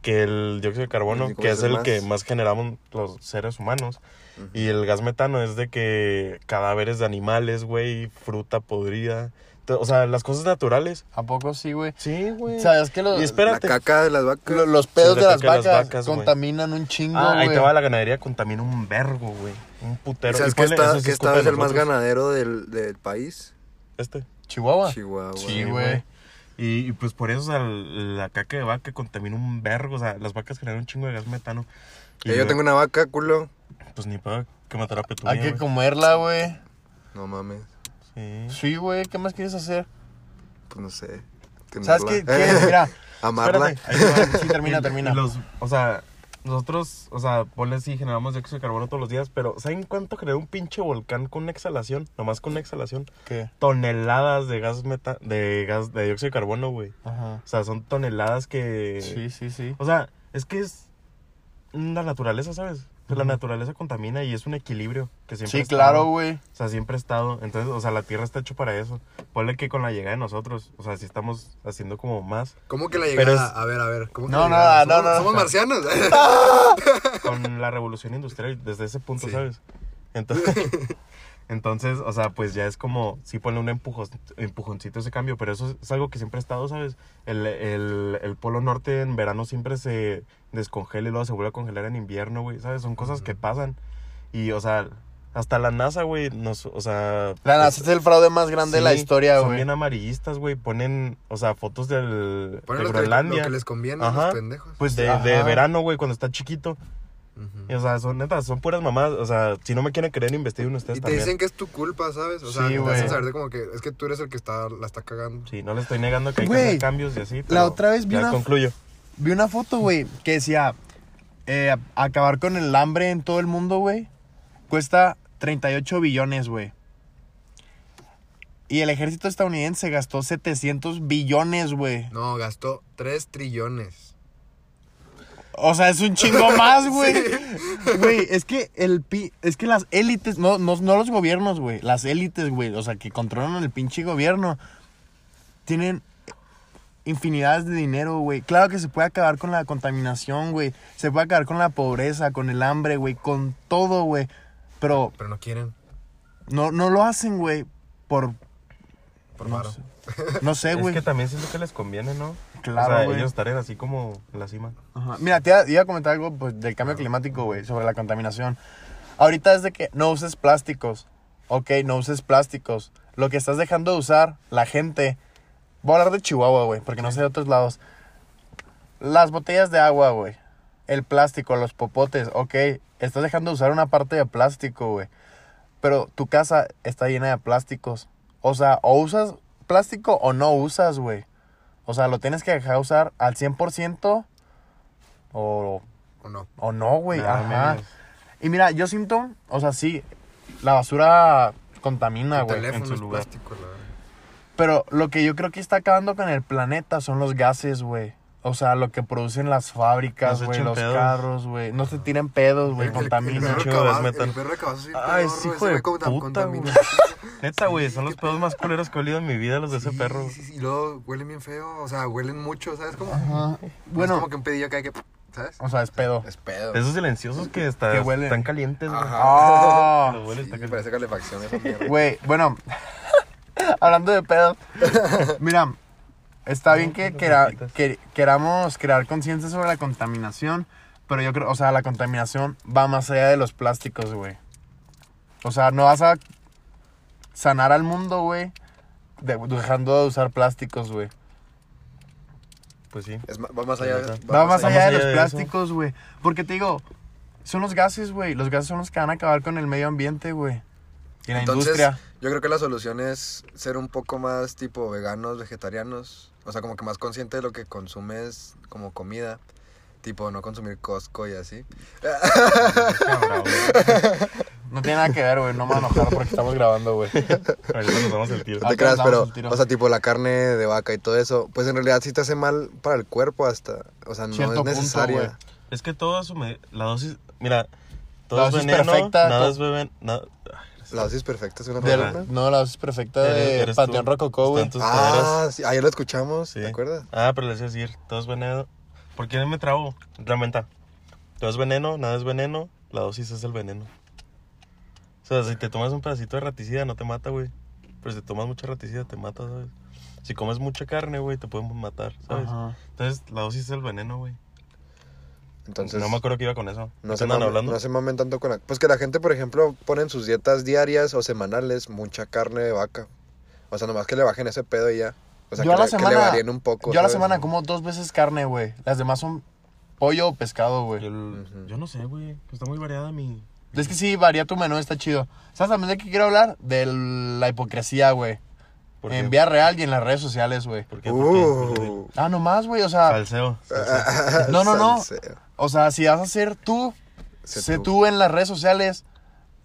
Speaker 1: que el dióxido de carbono,
Speaker 2: 25
Speaker 1: que es
Speaker 2: veces
Speaker 1: el
Speaker 2: más.
Speaker 1: que más generamos los seres humanos. Y el gas metano es de que cadáveres de animales, güey, fruta podrida. to- O sea, las cosas naturales.
Speaker 3: ¿A poco sí, güey?
Speaker 1: Sí, güey.
Speaker 3: ¿Sabes que los,
Speaker 1: Y espérate.
Speaker 2: La caca de las vacas.
Speaker 3: lo- los pedos
Speaker 1: Sí,
Speaker 3: de
Speaker 1: la
Speaker 3: las
Speaker 1: caca de las
Speaker 3: vacas,
Speaker 1: vacas, güey.
Speaker 3: contaminan un chingo,
Speaker 1: Ah, ahí
Speaker 3: güey?
Speaker 1: te va la ganadería, contamina un vergo, güey. Un putero.
Speaker 2: ¿Sabes
Speaker 1: Y
Speaker 2: que
Speaker 1: ponle,
Speaker 2: está,
Speaker 1: eso sí
Speaker 2: que
Speaker 1: es culpa
Speaker 2: está es
Speaker 1: de
Speaker 2: el más
Speaker 1: nosotros.
Speaker 2: ganadero del, del país?
Speaker 1: Este.
Speaker 3: ¿Chihuahua?
Speaker 2: Chihuahua.
Speaker 3: Sí,
Speaker 1: Sí,
Speaker 3: güey.
Speaker 1: güey. Y, y, pues por eso, o sea, la caca de vaca contamina un vergo. O sea, las vacas generan un chingo de gas metano. Y
Speaker 2: Eh, yo
Speaker 1: luego-
Speaker 2: tengo una vaca, culo.
Speaker 1: Pues ni para que matar a Petunia,
Speaker 3: Hay que
Speaker 1: güey.
Speaker 3: comerla, güey.
Speaker 2: No mames.
Speaker 1: Sí.
Speaker 3: Sí, güey, ¿qué más quieres hacer?
Speaker 2: Pues no sé.
Speaker 3: ¿Sabes
Speaker 2: Tenerla.
Speaker 3: qué? quieres? Mira,
Speaker 2: Amarla.
Speaker 1: Espérate, ahí te va.
Speaker 3: sí, termina, termina.
Speaker 1: Y los- o sea, nosotros, o sea, ponle así, generamos dióxido de carbono todos los días, pero ¿saben cuánto genera un pinche volcán con una exhalación? Nomás con una exhalación.
Speaker 3: ¿Qué?
Speaker 1: Toneladas de gas meta, de gas, de dióxido de carbono, güey.
Speaker 3: Ajá.
Speaker 1: O sea, son toneladas que...
Speaker 3: Sí, sí, sí.
Speaker 1: O sea, es que es la naturaleza, ¿sabes? Pues La naturaleza contamina y es un equilibrio que siempre ha
Speaker 3: Sí,
Speaker 1: estado.
Speaker 3: claro, güey.
Speaker 1: O sea, siempre ha estado. Entonces, o sea, la Tierra está hecho para eso. Ponle que con la llegada de nosotros, o sea, sí estamos haciendo como más.
Speaker 2: ¿Cómo que la
Speaker 1: Pero
Speaker 2: llegada?
Speaker 1: es-
Speaker 2: A ver, a ver. ¿cómo que
Speaker 3: No,
Speaker 2: la
Speaker 3: no,
Speaker 2: llegada?
Speaker 3: no,
Speaker 2: ¿Somos,
Speaker 3: no.
Speaker 2: somos marcianos.
Speaker 1: con la revolución industrial desde ese punto,
Speaker 2: Sí.
Speaker 1: ¿sabes? Entonces, entonces, o sea, pues ya es como, sí pone un empujo- empujoncito a ese cambio, pero eso es- es algo que siempre ha estado, ¿sabes? El, el- el polo norte en verano siempre se descongela y luego se vuelve a congelar en invierno, güey, ¿sabes? Son cosas que pasan. Y, o sea, hasta la NASA, güey, nos, o sea... pues,
Speaker 3: La NASA es el fraude más grande de la
Speaker 1: sí,
Speaker 3: historia,
Speaker 1: Son
Speaker 3: güey.
Speaker 1: bien amarillistas, güey, ponen, o sea, fotos del,
Speaker 2: Ponen
Speaker 1: de
Speaker 2: lo que,
Speaker 1: Groenlandia.
Speaker 2: lo que les conviene
Speaker 1: Ajá.
Speaker 2: los pendejos.
Speaker 1: Pues de,
Speaker 3: Ajá.
Speaker 1: de verano, güey, cuando está chiquito.
Speaker 2: Ujú.
Speaker 1: Y, O sea, son neta, son puras mamadas. O sea, si no me quieren creer, investiguen ustedes
Speaker 2: Y te
Speaker 1: también.
Speaker 2: dicen que es tu culpa, ¿sabes? O sea,
Speaker 3: Sí,
Speaker 2: te
Speaker 3: güey.
Speaker 2: hacen saber de como que es que tú eres el que está, la está cagando.
Speaker 1: Sí, no le estoy negando que hay
Speaker 3: Güey,
Speaker 1: que hacer cambios y así. pero
Speaker 3: la otra vez vi
Speaker 1: ya
Speaker 3: una- eh,
Speaker 1: concluyo.
Speaker 3: Vi una foto, güey, que decía eh, acabar con el hambre en todo el mundo, güey. Cuesta 38 billones, güey. Y el ejército estadounidense gastó 700 billones, güey.
Speaker 2: No, gastó 3 trillones.
Speaker 3: O sea, es un chingo más, güey. Güey, es que el pi- es que las élites, no, no, no los gobiernos, güey. Las élites, güey. O sea, que controlan el pinche gobierno. Tienen infinidades de dinero, güey. Claro que se puede acabar con la contaminación, güey. Se puede acabar con la pobreza, con el hambre, güey. Con todo, güey. Pero
Speaker 2: Pero no quieren,
Speaker 3: no, no lo hacen, güey. Por.
Speaker 2: por paro.
Speaker 3: No sé,
Speaker 1: es
Speaker 3: güey.
Speaker 1: que también siento que les conviene, ¿no?
Speaker 3: Claro,
Speaker 1: O sea,
Speaker 3: güey.
Speaker 1: ellos estarían así como en la cima.
Speaker 3: Ajá. Mira, te iba, iba a comentar algo pues, del cambio climático, güey, sobre la contaminación. Ahorita es de que no uses plásticos. Ok, no uses plásticos. Lo que estás dejando de usar, la gente. Voy a hablar de Chihuahua, güey, porque no sé de otros lados. Las botellas de agua, güey. El plástico, los popotes, ok. Estás dejando de usar una parte de plástico, güey. Pero tu casa está llena de plásticos. O sea, o usas plástico o no usas, güey. O sea, lo tienes que dejar usar al 100% o,
Speaker 2: ¿O no?
Speaker 3: o no, güey.
Speaker 1: Nada
Speaker 3: Ajá.
Speaker 1: menos.
Speaker 3: Y mira, yo siento, o sea, sí, la basura contamina,
Speaker 2: Tu
Speaker 3: güey.
Speaker 1: Ah, en su
Speaker 2: teléfono es
Speaker 1: lugar.
Speaker 2: plástico, la verdad.
Speaker 3: Pero lo que yo creo que está acabando con el planeta son los gases, güey. O sea, lo que producen las fábricas,
Speaker 1: No se
Speaker 3: güey,
Speaker 1: echen
Speaker 3: los
Speaker 1: pedos.
Speaker 3: carros, güey. No se tiran pedos, güey, contaminan.
Speaker 1: chingo de metal.
Speaker 2: perro de cabazo sí,
Speaker 1: Ay, es hijo de puta,
Speaker 2: contamina.
Speaker 1: güey. Neta, güey, son los
Speaker 2: Sí,
Speaker 1: pedos más culeros que he olido en mi vida, los de ese perro.
Speaker 2: Sí, sí, y luego huelen bien feo, o sea, huelen mucho, ¿sabes cómo?
Speaker 1: Ah,
Speaker 3: Ajá.
Speaker 2: Bueno. Es
Speaker 3: Bueno,
Speaker 2: como que un pedillo que hay que, ¿sabes?
Speaker 3: o sea, es pedo.
Speaker 2: Es pedo.
Speaker 1: Esos silenciosos que, está-
Speaker 3: Que huelen.
Speaker 1: están calientes, güey.
Speaker 2: Ajá.
Speaker 3: Ah,
Speaker 1: Los hueles,
Speaker 2: Sí,
Speaker 1: está caliente.
Speaker 2: parece calefacción esa mierda.
Speaker 3: Güey, bueno, hablando de pedos, mira, está bien que, quera- que- queramos crear conciencia sobre la contaminación, pero yo creo, o sea, la contaminación va más allá de los plásticos, güey. O sea, no vas a sanar al mundo, güey, de- dejando de usar plásticos, güey.
Speaker 1: Pues sí.
Speaker 2: Es ma- va más allá.
Speaker 3: Va más allá de los
Speaker 1: eso.
Speaker 3: plásticos, güey. Porque te digo, son los gases, güey. Los gases son los que van a acabar con el medio ambiente, güey. Y la
Speaker 2: Entonces,
Speaker 3: industria.
Speaker 2: yo creo que la solución es ser un poco más tipo veganos, vegetarianos, o sea, como que más consciente de lo que consumes como comida, tipo no consumir Costco y así.
Speaker 1: Cabrón, güey.
Speaker 3: No tiene nada que ver, güey. No me voy a enojar porque estamos grabando, güey.
Speaker 1: Ahorita nos damos el tiro.
Speaker 2: No
Speaker 3: Ah,
Speaker 2: te creas,
Speaker 3: andamos
Speaker 2: pero,
Speaker 3: al tiro.
Speaker 2: o sea, tipo la carne de vaca y todo eso, pues en realidad sí te hace mal para el cuerpo hasta, o sea, no
Speaker 3: Cierto
Speaker 2: es
Speaker 3: punto, güey.
Speaker 2: necesaria.
Speaker 1: Es que todo a su medida. La dosis. Mira, todo
Speaker 3: La
Speaker 1: es
Speaker 3: dosis
Speaker 1: veneno.
Speaker 3: perfecta,
Speaker 1: nada
Speaker 3: to-
Speaker 1: es ah, beben. nada-
Speaker 2: la dosis perfecta es una
Speaker 1: Del-
Speaker 2: palabra.
Speaker 3: No, la dosis perfecta de
Speaker 1: Eres- eres
Speaker 3: Panteón
Speaker 1: tú.
Speaker 3: Rococó,
Speaker 1: Está
Speaker 3: güey.
Speaker 1: en tus
Speaker 2: Ah, sí, ayer lo escuchamos,
Speaker 1: Sí.
Speaker 2: ¿te acuerdas?
Speaker 1: Ah, pero les iba a decir, todo es veneno. ¿Por qué me trabo? La menta. Todo es veneno, nada es veneno, la dosis es el veneno. O sea, si te tomas un pedacito de raticida no te mata, güey. Pero si te tomas mucha raticida te mata, ¿sabes? Si comes mucha carne, güey, te podemos matar, ¿sabes?
Speaker 3: Ajá.
Speaker 1: Entonces, la dosis es el veneno, güey.
Speaker 2: Entonces,
Speaker 1: no me acuerdo que iba con eso.
Speaker 2: No
Speaker 1: ¿Qué
Speaker 2: se,
Speaker 1: andan
Speaker 2: mamen,
Speaker 1: hablando?
Speaker 2: no se mamen tanto con la... Pues que la gente, por ejemplo, pone en sus dietas diarias o semanales mucha carne de vaca. O sea, nomás que le bajen ese pedo y ya. O sea,
Speaker 3: yo
Speaker 2: que,
Speaker 3: a la
Speaker 2: le, que le
Speaker 3: semana.
Speaker 2: varíen un poco.
Speaker 3: yo a la
Speaker 2: ¿sabes?
Speaker 3: semana como dos veces carne, güey. Las demás son pollo o pescado, güey.
Speaker 1: Yo, yo no sé, güey. Está muy variada mi...
Speaker 3: Es que sí, varía tu menú, está chido. ¿Sabes también de qué quiero hablar? De la hipocresía, güey.
Speaker 1: ¿Por qué?
Speaker 3: En vía real y en las redes sociales, güey.
Speaker 1: ¿Por qué? ¿Por qué? ¿Por qué?
Speaker 2: Uh,
Speaker 3: Ah, nomás, güey. O sea,
Speaker 1: Falseo.
Speaker 2: Ah.
Speaker 3: No, no, no.
Speaker 2: salseo.
Speaker 3: o sea, si vas a ser tú,
Speaker 2: Sé
Speaker 3: sé,
Speaker 2: tú.
Speaker 3: tú. en las redes sociales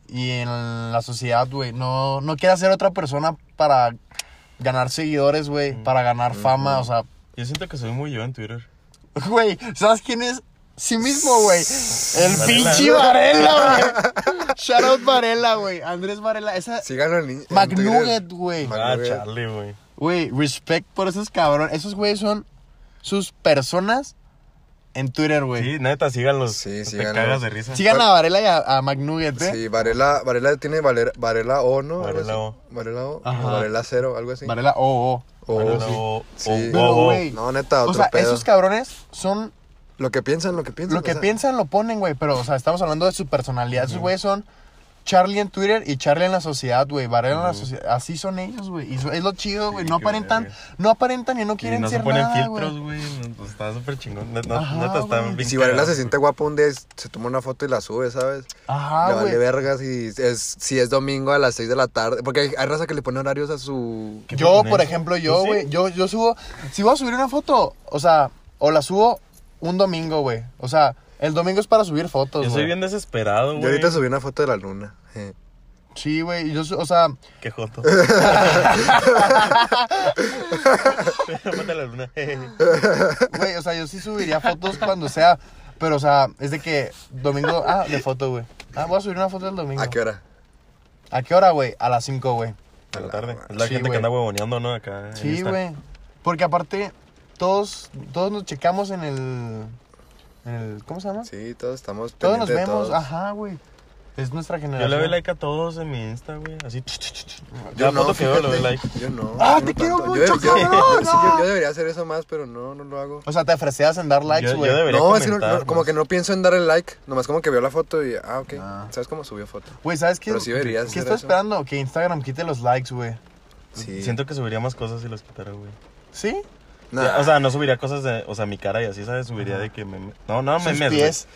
Speaker 3: y en la sociedad, güey. No, no quieras ser otra persona para ganar seguidores, güey. Para ganar fama, o sea.
Speaker 1: Yo siento que soy muy yo en Twitter.
Speaker 3: Güey, ¿sabes quién es? Sí mismo, güey. El
Speaker 1: Varela.
Speaker 3: pinche Varela, güey. Shout out Varela, güey. Andrés Varela. Esa.
Speaker 2: Síganlo en, en Twitter.
Speaker 3: McNugget, güey.
Speaker 2: Mac-
Speaker 1: Ah,
Speaker 2: güey.
Speaker 1: Charlie, güey.
Speaker 3: Güey, respect por esos cabrones. Esos güeyes son sus personas en Twitter, güey.
Speaker 1: Sí, neta, síganlos.
Speaker 2: Sí,
Speaker 1: Te
Speaker 2: síganlos.
Speaker 1: cagas de risa.
Speaker 3: Sigan a Varela y a, a McNugget, ¿eh?
Speaker 2: Sí, Varela, Varela tiene Valer- Varela O, ¿no? Algo
Speaker 1: Varela
Speaker 2: así.
Speaker 1: O.
Speaker 2: Varela O.
Speaker 3: Ajá.
Speaker 2: o Varela Cero, algo así.
Speaker 3: Varela, oh, oh.
Speaker 2: O.
Speaker 1: Varela O.
Speaker 2: Sí.
Speaker 1: O-
Speaker 3: Pero,
Speaker 1: o- o.
Speaker 3: güey.
Speaker 2: No, neta, otro
Speaker 3: O sea,
Speaker 2: pedo.
Speaker 3: esos cabrones son
Speaker 2: Lo que piensan, lo que piensan.
Speaker 3: Lo que
Speaker 2: o sea,
Speaker 3: piensan lo ponen, güey, pero, o sea, estamos hablando de su personalidad. Esos güeyes son Charlie en Twitter y Charlie en la sociedad, güey. Varela en la sociedad. Así son ellos, güey. Y eso es lo chido, güey.
Speaker 1: Sí,
Speaker 3: no
Speaker 1: qué
Speaker 3: aparentan,
Speaker 1: verga.
Speaker 3: no aparentan y no
Speaker 1: Y
Speaker 3: quieren
Speaker 1: no se
Speaker 3: ser
Speaker 1: ponen
Speaker 3: nada,
Speaker 1: filtros,
Speaker 3: güey.
Speaker 1: güey. no- pues, Está súper chingón. Neta,
Speaker 3: Ajá,
Speaker 1: neta, está
Speaker 3: güey.
Speaker 1: bien.
Speaker 2: Y si Varela
Speaker 1: cagado.
Speaker 2: se siente guapo un día, se toma una foto y la sube, ¿sabes?
Speaker 3: Ajá,
Speaker 2: le vale
Speaker 3: Ah, güey.
Speaker 2: vergas si es, si es domingo a las 6 de la tarde. Porque hay, hay raza que le pone horarios a su.
Speaker 1: ¿Qué
Speaker 3: Yo,
Speaker 1: pones?
Speaker 3: por ejemplo, yo,
Speaker 1: ¿Tú sí?
Speaker 3: güey, yo, yo subo, si voy a subir una foto, o sea, o la subo un domingo, güey. O sea, el domingo es para subir fotos,
Speaker 1: Yo
Speaker 3: güey.
Speaker 1: soy bien desesperado, güey.
Speaker 2: Yo ahorita subí una foto de la luna. eh.
Speaker 3: Sí, güey, yo, su- o sea,
Speaker 1: Qué joto. Mata la luna.
Speaker 3: güey, o sea, yo sí subiría fotos cuando sea, pero, o sea, es de que domingo, ah, de foto, güey. Ah, voy a subir una foto del domingo.
Speaker 2: ¿A qué hora?
Speaker 3: ¿A qué hora, güey? A las 5, güey.
Speaker 1: A la tarde. Es la
Speaker 3: Sí,
Speaker 1: gente
Speaker 3: güey.
Speaker 1: que anda huevoneando, ¿no? Acá. en
Speaker 3: Sí,
Speaker 1: Insta.
Speaker 3: güey. Porque aparte, todos, todos nos checamos en el, en el. ¿Cómo se llama?
Speaker 2: Sí, todos estamos
Speaker 3: todos nos
Speaker 2: pendientes de
Speaker 3: vemos.
Speaker 2: todos.
Speaker 1: ah.
Speaker 3: Ajá, güey. Es nuestra
Speaker 1: Yo
Speaker 3: generación.
Speaker 1: le doy like a todos en mi Insta, güey. Así. ch, ch, ch, ch.
Speaker 2: Yo
Speaker 1: Cada
Speaker 2: no,
Speaker 1: foto que veo le doy like.
Speaker 2: fíjate, Yo no.
Speaker 3: Ah,
Speaker 2: yo
Speaker 3: te
Speaker 2: no
Speaker 3: quiero
Speaker 2: tanto.
Speaker 3: mucho,
Speaker 2: yo, yo-
Speaker 3: cabrón,
Speaker 2: sí, yo-
Speaker 3: no.
Speaker 2: yo debería hacer eso más, pero no, no lo hago.
Speaker 3: O sea, te ofrecías en dar likes,
Speaker 1: Yo- yo
Speaker 3: güey.
Speaker 1: debería
Speaker 2: No, es que no-
Speaker 1: comentar
Speaker 2: no, como
Speaker 1: más.
Speaker 2: que no pienso en dar el like. Nomás como que veo la foto y. Ah, ok. ¿Sabes cómo subió foto?
Speaker 3: Güey, ¿sabes qué?
Speaker 2: Pero sí deberías
Speaker 3: ¿Qué
Speaker 2: hacer
Speaker 3: estoy
Speaker 2: eso.
Speaker 3: esperando? Que Instagram quite los likes, güey.
Speaker 2: Sí.
Speaker 1: Siento que subiría más cosas si los quitara, güey.
Speaker 3: ¿Sí?
Speaker 2: Nah.
Speaker 1: O sea, no subiría cosas de. O sea, mi cara y así, ¿sabes? Subiría de que me. No, no,
Speaker 3: Sus
Speaker 1: memes. güey.
Speaker 3: pies.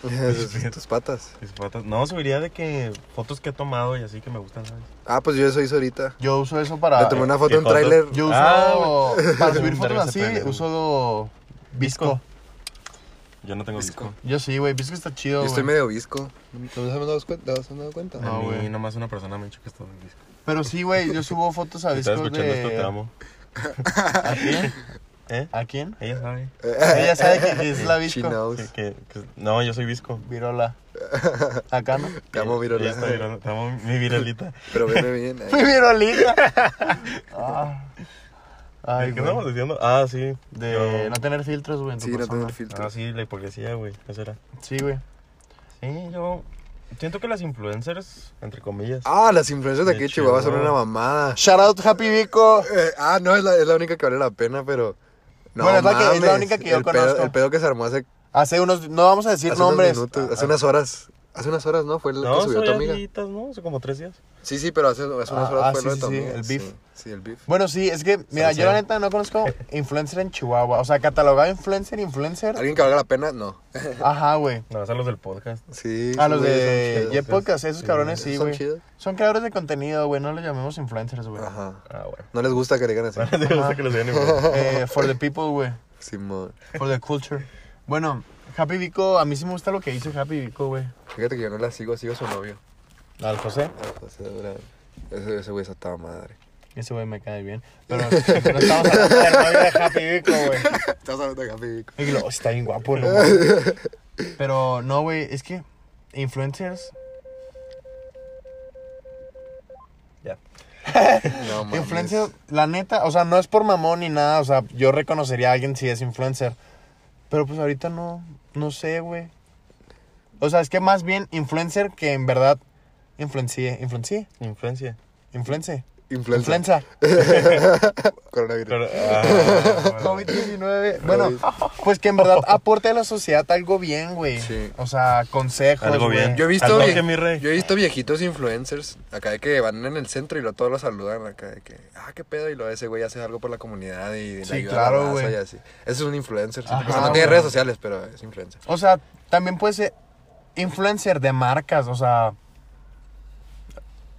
Speaker 2: Tus- Tus patas.
Speaker 1: Mis fotos- No, subiría de que fotos que he tomado y así que me gustan, ¿sabes?
Speaker 2: Ah, pues yo eso hice ahorita.
Speaker 3: Yo uso eso para.
Speaker 2: Le tomé una foto
Speaker 1: ¿qué
Speaker 2: a un tráiler.
Speaker 1: foto?
Speaker 3: Yo uso.
Speaker 1: Ah,
Speaker 3: para subir
Speaker 1: Un
Speaker 3: fotos
Speaker 1: verga ese
Speaker 3: así,
Speaker 1: pedo.
Speaker 3: uso. Visco.
Speaker 1: Yo no tengo
Speaker 2: Visco.
Speaker 1: disco.
Speaker 3: Yo sí, güey. Visco está chido.
Speaker 2: Yo estoy
Speaker 3: güey.
Speaker 2: medio visco. ¿No se han dado cuenta? ¿No se han dado cuenta?
Speaker 3: No,
Speaker 1: a mí
Speaker 3: güey.
Speaker 1: nomás una persona me ha dicho que estaba en disco.
Speaker 3: Pero sí, güey, yo subo fotos a
Speaker 1: Si estás
Speaker 3: Discord
Speaker 1: escuchando
Speaker 3: de...
Speaker 1: esto, te amo.
Speaker 3: ¿A quién?
Speaker 1: ¿Eh?
Speaker 3: ¿A quién?
Speaker 1: Ella sabe.
Speaker 3: Ella sabe que, que es la
Speaker 2: She
Speaker 3: visco.
Speaker 2: knows.
Speaker 1: Que- que- que- no, yo soy visco.
Speaker 3: Virola. Acá no.
Speaker 2: Te amo,
Speaker 1: Ella
Speaker 2: Virola.
Speaker 1: está virando- te amo, mi viralita.
Speaker 2: Pero viene bien. eh.
Speaker 3: Mi virolita. Ah.
Speaker 1: ¿De
Speaker 3: Ay,
Speaker 1: ¿Qué
Speaker 3: güey.
Speaker 1: estamos diciendo? Ah, sí.
Speaker 3: De
Speaker 1: Yo-
Speaker 3: no tener filtros, güey. en tu
Speaker 2: Sí, no
Speaker 3: persona.
Speaker 2: tener filtro.
Speaker 1: Ah, sí, la hipocresía, güey. Eso era.
Speaker 3: Sí, güey.
Speaker 1: Sí, yo siento que las influencers, entre comillas.
Speaker 2: Ah, las influencias de aquí
Speaker 1: De
Speaker 2: de Chihuahua son
Speaker 1: Chihuahua.
Speaker 2: una mamada.
Speaker 3: Shout out Happy Vico.
Speaker 2: Eh, ah, no, es la, es la única que vale la pena, pero. No,
Speaker 3: Bueno, es la que- es la
Speaker 2: mames,
Speaker 3: única que yo
Speaker 2: el pedo-
Speaker 3: conozco.
Speaker 2: el pedo que se armó hace,
Speaker 3: Hace unos. No vamos a decir
Speaker 2: hace
Speaker 3: nombres.
Speaker 2: unos minutos, hace unas horas. Hace unas horas, ¿no? Fue el
Speaker 1: no,
Speaker 2: que subió tu
Speaker 1: son
Speaker 2: amiga.
Speaker 1: amiguitas, ¿no? Hace como tres días.
Speaker 2: Sí, sí, pero hace, hace unas
Speaker 3: Ah,
Speaker 2: horas
Speaker 3: ah,
Speaker 2: fue
Speaker 3: sí,
Speaker 2: lo de
Speaker 3: sí,
Speaker 2: tu
Speaker 3: sí,
Speaker 2: amiga,
Speaker 3: el
Speaker 2: sí,
Speaker 3: beef.
Speaker 2: Sí, el beef.
Speaker 3: Bueno, sí, es que, mira,
Speaker 1: Sí,
Speaker 3: yo la
Speaker 1: sí.
Speaker 3: neta no conozco influencer en Chihuahua. O sea, catalogado influencer, influencer.
Speaker 2: ¿Alguien que valga la pena? No.
Speaker 3: Ajá, güey.
Speaker 1: No, son los del podcast.
Speaker 2: Sí.
Speaker 3: A Ah, los
Speaker 2: güey,
Speaker 3: de
Speaker 2: son chidos.
Speaker 1: Yep.
Speaker 3: Ye Podcast, esos
Speaker 1: Sí,
Speaker 3: cabrones
Speaker 2: esos
Speaker 3: sí,
Speaker 2: son
Speaker 3: güey.
Speaker 2: chidos.
Speaker 3: Son creadores de contenido, güey. No los llamemos influencers, güey.
Speaker 2: Ajá.
Speaker 1: Ah, bueno.
Speaker 2: No les gusta que le digan así.
Speaker 1: Te gusta que los vean igual.
Speaker 3: Eh, for the people, güey.
Speaker 2: Simón.
Speaker 3: For the culture. Bueno, Happy Vico, a mí sí me gusta lo que hizo Happy Vico, güey.
Speaker 2: Fíjate que yo no la sigo, sigo a su novio.
Speaker 3: Al José.
Speaker 2: Ah, pues, era- Ese ese güey es a toda madre.
Speaker 3: Ese güey me cae bien. Pero no estamos hablando del novio de Happy Vico, güey.
Speaker 2: Estás hablando de Gabi.
Speaker 3: Y lo, "Oh, está bien guapo, no mames". Pero no, güey, es que influencers
Speaker 1: Ya.
Speaker 2: No mames.
Speaker 3: Influencer, la neta, o sea, no es por mamón ni nada, o sea, yo reconocería a alguien si es influencer. Pero pues ahorita no, no sé, güey. O sea, es que más bien influencer que en verdad influencie, influencie,
Speaker 1: Influencia.
Speaker 3: influence,
Speaker 2: Influencer.
Speaker 3: influenza.
Speaker 2: Coronavirus.
Speaker 1: Pero, ah, bueno.
Speaker 3: COVID-19. Bueno, pues que en verdad aporte a la sociedad algo bien, güey.
Speaker 2: Sí.
Speaker 3: O sea, consejos,
Speaker 1: Algo
Speaker 3: güey.
Speaker 1: bien.
Speaker 2: Yo he visto,
Speaker 1: Al
Speaker 2: vie-
Speaker 1: toque, mi rey.
Speaker 2: yo he visto viejitos influencers acá de que van en el centro y luego todos los saludan acá de que, ah, qué pedo, y luego ese güey hace algo por la comunidad y le
Speaker 3: Sí,
Speaker 2: ayuda
Speaker 3: claro,
Speaker 2: a la raza
Speaker 3: güey.
Speaker 2: y así. Ese es un influencer. sí.
Speaker 3: Ajá,
Speaker 2: o sea, no
Speaker 3: güey.
Speaker 2: tiene redes sociales, pero es influencer.
Speaker 3: O sea, también puede ser influencer de marcas, o sea.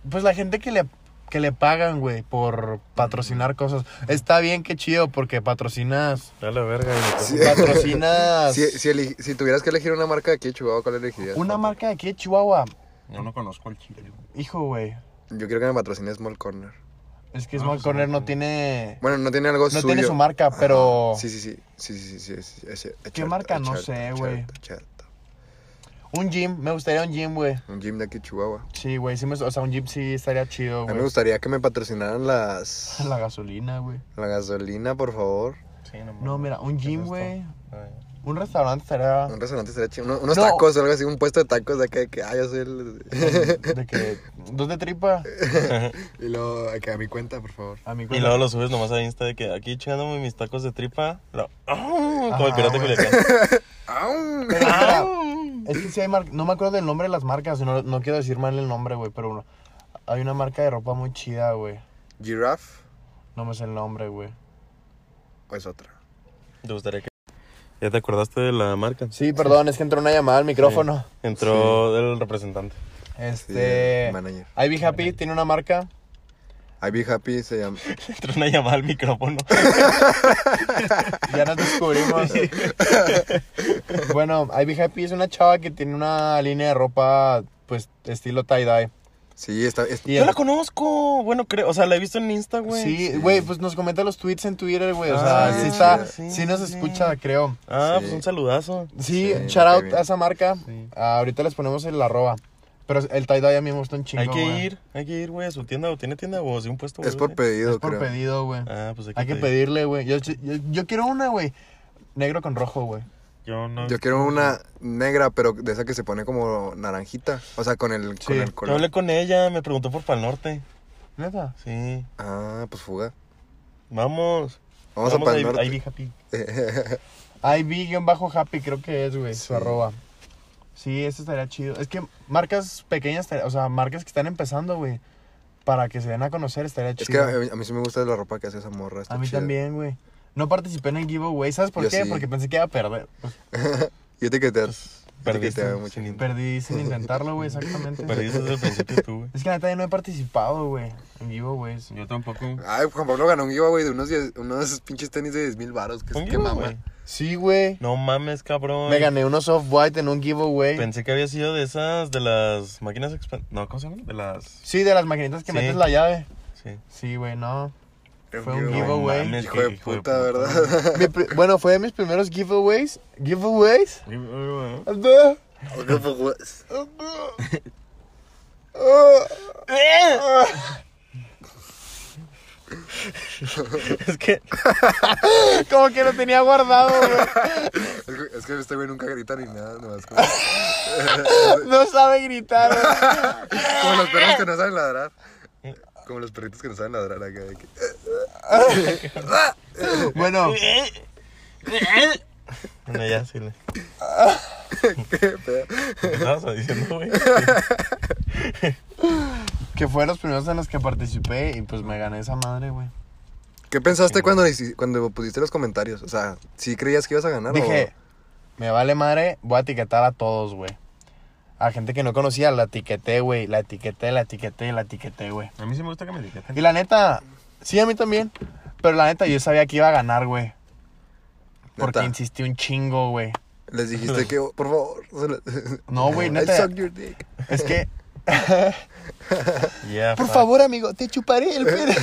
Speaker 3: Pues la gente que le, que le pagan, güey, por patrocinar cosas. Está bien, qué chido, porque patrocinas.
Speaker 1: A la verga. güey.
Speaker 3: Patrocinas.
Speaker 2: Si, si, eli- si tuvieras que elegir una marca de aquí de Chihuahua, ¿cuál elegirías?
Speaker 3: Una marca de aquí de Chihuahua.
Speaker 1: Yo no conozco al chile. güey.
Speaker 3: Hijo, güey.
Speaker 2: Yo quiero que me patrocine Small Corner.
Speaker 3: Es que
Speaker 1: No,
Speaker 3: Small
Speaker 1: pues,
Speaker 3: Corner
Speaker 1: no.
Speaker 3: no tiene.
Speaker 2: Bueno, no tiene algo
Speaker 3: No
Speaker 2: suyo.
Speaker 3: tiene su marca, pero-
Speaker 2: Sí, sí, sí. Sí, sí, sí, sí, es- es- es
Speaker 3: ¿Qué
Speaker 2: cierto,
Speaker 3: marca?
Speaker 2: es
Speaker 3: No
Speaker 2: cierto,
Speaker 3: sé,
Speaker 2: es
Speaker 3: güey.
Speaker 2: cierto, es cierto.
Speaker 3: Un gym, me gustaría un gym, güey.
Speaker 2: Un gym de aquí de Chihuahua.
Speaker 3: Sí, güey, sí me- o sea, un gym sí estaría chido,
Speaker 2: A mí me
Speaker 3: güey.
Speaker 2: gustaría que me patrocinaran las...
Speaker 3: La gasolina, güey.
Speaker 2: La gasolina, por favor.
Speaker 1: Sí, no,
Speaker 3: No, mira, un gym,
Speaker 1: gusto.
Speaker 3: güey.
Speaker 1: Ay,
Speaker 3: Un restaurante estaría.
Speaker 2: Un restaurante estaría chido. Uno- Unos
Speaker 3: No.
Speaker 2: tacos, algo así, un puesto de tacos de acá, de que, ah, yo soy el.
Speaker 3: De que. Dos de tripa.
Speaker 2: y luego, de que a mi cuenta, por favor.
Speaker 3: A mi
Speaker 1: Y
Speaker 3: cuenta.
Speaker 1: luego lo subes nomás a Insta de que aquí chingándome mis tacos de tripa. Lo- ¡Ah! como el
Speaker 3: Ajá,
Speaker 1: pirata
Speaker 3: güey.
Speaker 1: Culiacán.
Speaker 2: ¡Au!
Speaker 3: Mira, es que sí hay marcas. No me acuerdo del nombre de las marcas. No, no quiero decir mal el nombre, güey. Pero uno- hay una marca de ropa muy chida, güey.
Speaker 2: Giraffe,
Speaker 3: No me sé el nombre, güey.
Speaker 2: o es otra.
Speaker 1: ¿Te gustaría que.? ¿Ya te acordaste de la marca?
Speaker 3: Sí, perdón, es que entró una llamada al micrófono.
Speaker 1: Entró el representante.
Speaker 2: Sí,
Speaker 3: Este.
Speaker 2: manager.
Speaker 3: Ivy Happy tiene una marca.
Speaker 2: I Be Happy se llama.
Speaker 1: Entró una llamada al micrófono.
Speaker 3: Ya nos descubrimos. bueno, Ivy Happy es una chava que tiene una línea de ropa, pues, estilo tie-dye.
Speaker 2: Sí, está. es-
Speaker 3: Y
Speaker 1: Yo
Speaker 3: el-
Speaker 1: la conozco. Bueno, creo. O sea, la he visto en Insta, güey.
Speaker 3: Sí, güey, pues nos comenta los tweets en Twitter, güey. O sea,
Speaker 1: Ah,
Speaker 3: sí
Speaker 2: sí,
Speaker 3: está.
Speaker 1: sí,
Speaker 3: sí nos
Speaker 1: sí.
Speaker 3: escucha, creo.
Speaker 1: Ah,
Speaker 2: Sí.
Speaker 1: pues un saludazo.
Speaker 3: Sí,
Speaker 2: Sí,
Speaker 3: shout
Speaker 2: qué
Speaker 3: out
Speaker 2: bien.
Speaker 3: a esa marca.
Speaker 1: Sí.
Speaker 3: Ah, ahorita les ponemos el arroba. Pero el tie-dye a mí me gusta un chingo.
Speaker 1: hay que
Speaker 3: güey.
Speaker 1: ir, hay que ir, güey, a su tienda. ¿O tiene tienda o si un puesto?
Speaker 2: eh. Es
Speaker 1: güey,
Speaker 2: por
Speaker 1: güey?
Speaker 2: pedido,
Speaker 3: Es por
Speaker 2: creo.
Speaker 3: pedido, güey.
Speaker 1: Ah, pues hay que,
Speaker 3: Hay que
Speaker 1: pedir.
Speaker 3: pedirle, güey. Yo, yo, yo quiero una, güey. Negro con rojo, güey.
Speaker 1: Yo no.
Speaker 2: Yo quiero una negra, pero de esa que se pone como naranjita. O sea, con el, con
Speaker 3: Sí.
Speaker 2: el
Speaker 1: Yo
Speaker 2: color.
Speaker 1: hablé con ella, me preguntó por Pal Norte.
Speaker 3: ¿Neta?
Speaker 1: Sí.
Speaker 2: Ah, pues fuga.
Speaker 1: Vamos.
Speaker 2: Vamos, a Pal
Speaker 1: Ivy-
Speaker 2: Norte.
Speaker 1: Ivy Happy.
Speaker 3: IB-happy creo que es, güey,
Speaker 2: Sí.
Speaker 3: su arroba. Sí, eso estaría chido. Es que marcas pequeñas, o sea, marcas que están empezando, güey, para que se den a conocer, estaría
Speaker 2: Es que
Speaker 3: chido.
Speaker 2: a mí, a mí sí me gusta la ropa que hace esa morra. está
Speaker 3: a mí
Speaker 2: chida.
Speaker 3: también, güey. No participé en el giveaway, ¿sabes por
Speaker 2: Yo
Speaker 3: qué?
Speaker 2: sí.
Speaker 3: Porque pensé que iba a perder. Pues,
Speaker 2: Yo te quedé.
Speaker 1: Pues, Perdiste.
Speaker 2: hago mucho.
Speaker 1: sin in-
Speaker 3: perdí sin intentarlo, güey, exactamente.
Speaker 1: Perdiste desde el principio tú, güey.
Speaker 3: Es que la neta yo no he participado, güey, en giveaways.
Speaker 1: Yo tampoco.
Speaker 2: Ay, Juan Pablo ganó un giveaway de unos, 10 unos pinches tenis de 10 mil baros. Que,
Speaker 1: Un
Speaker 2: que
Speaker 1: giveaway.
Speaker 2: mama.
Speaker 3: Sí, güey.
Speaker 1: No mames, cabrón.
Speaker 3: Me gané unos off white en un giveaway.
Speaker 1: Pensé que había sido de esas, de las máquinas expan- No, ¿cómo se llama? De las.
Speaker 3: Sí, de las maquinitas que
Speaker 1: Sí.
Speaker 3: metes la llave.
Speaker 1: Sí.
Speaker 3: Sí, güey, no.
Speaker 1: Fue un giveaway.
Speaker 2: Hijo,
Speaker 1: Mames,
Speaker 2: de
Speaker 1: que- hijo de
Speaker 2: puta,
Speaker 1: puta.
Speaker 2: ¿verdad?
Speaker 3: Mi pri- bueno, fue de mis primeros giveaways. ¿Giveaways?
Speaker 2: Porque fue juez.
Speaker 3: Es que. Como que lo tenía guardado, güey.
Speaker 2: Es que- Es que este güey nunca grita ni nada, nomás como,
Speaker 3: No sabe gritar, güey.
Speaker 2: como los perros que no saben ladrar. Como los perritos que no saben ladrar acá. de que-
Speaker 3: Bueno,
Speaker 1: Bueno, ya, sí. le-
Speaker 2: Qué pedo.
Speaker 1: ¿Qué estabas diciendo, güey?
Speaker 3: que fue los primeros en los que participé y pues me gané esa madre, güey.
Speaker 2: ¿Qué pensaste cuando, hici- cuando pusiste los comentarios? O sea, ¿sí creías que ibas a ganar?
Speaker 3: Dije, me vale madre, voy a etiquetar a todos, güey. A gente que no conocía, la etiqueté, güey. La etiqueté, la etiqueté, la etiqueté, güey.
Speaker 1: A mí sí me gusta que me
Speaker 3: Y
Speaker 1: etiqueten.
Speaker 3: la neta, sí, a mí también. Pero la neta, yo sabía que iba a ganar, güey. Porque
Speaker 2: Neta.
Speaker 3: insistí un chingo, güey.
Speaker 2: o les dijiste que, "Oh, por favor. solo-
Speaker 3: No, güey,
Speaker 2: I
Speaker 3: neta.
Speaker 2: suck your dick.
Speaker 3: Es que,
Speaker 1: Yeah,
Speaker 3: por
Speaker 1: fuck.
Speaker 3: favor, amigo, te chuparé el pene.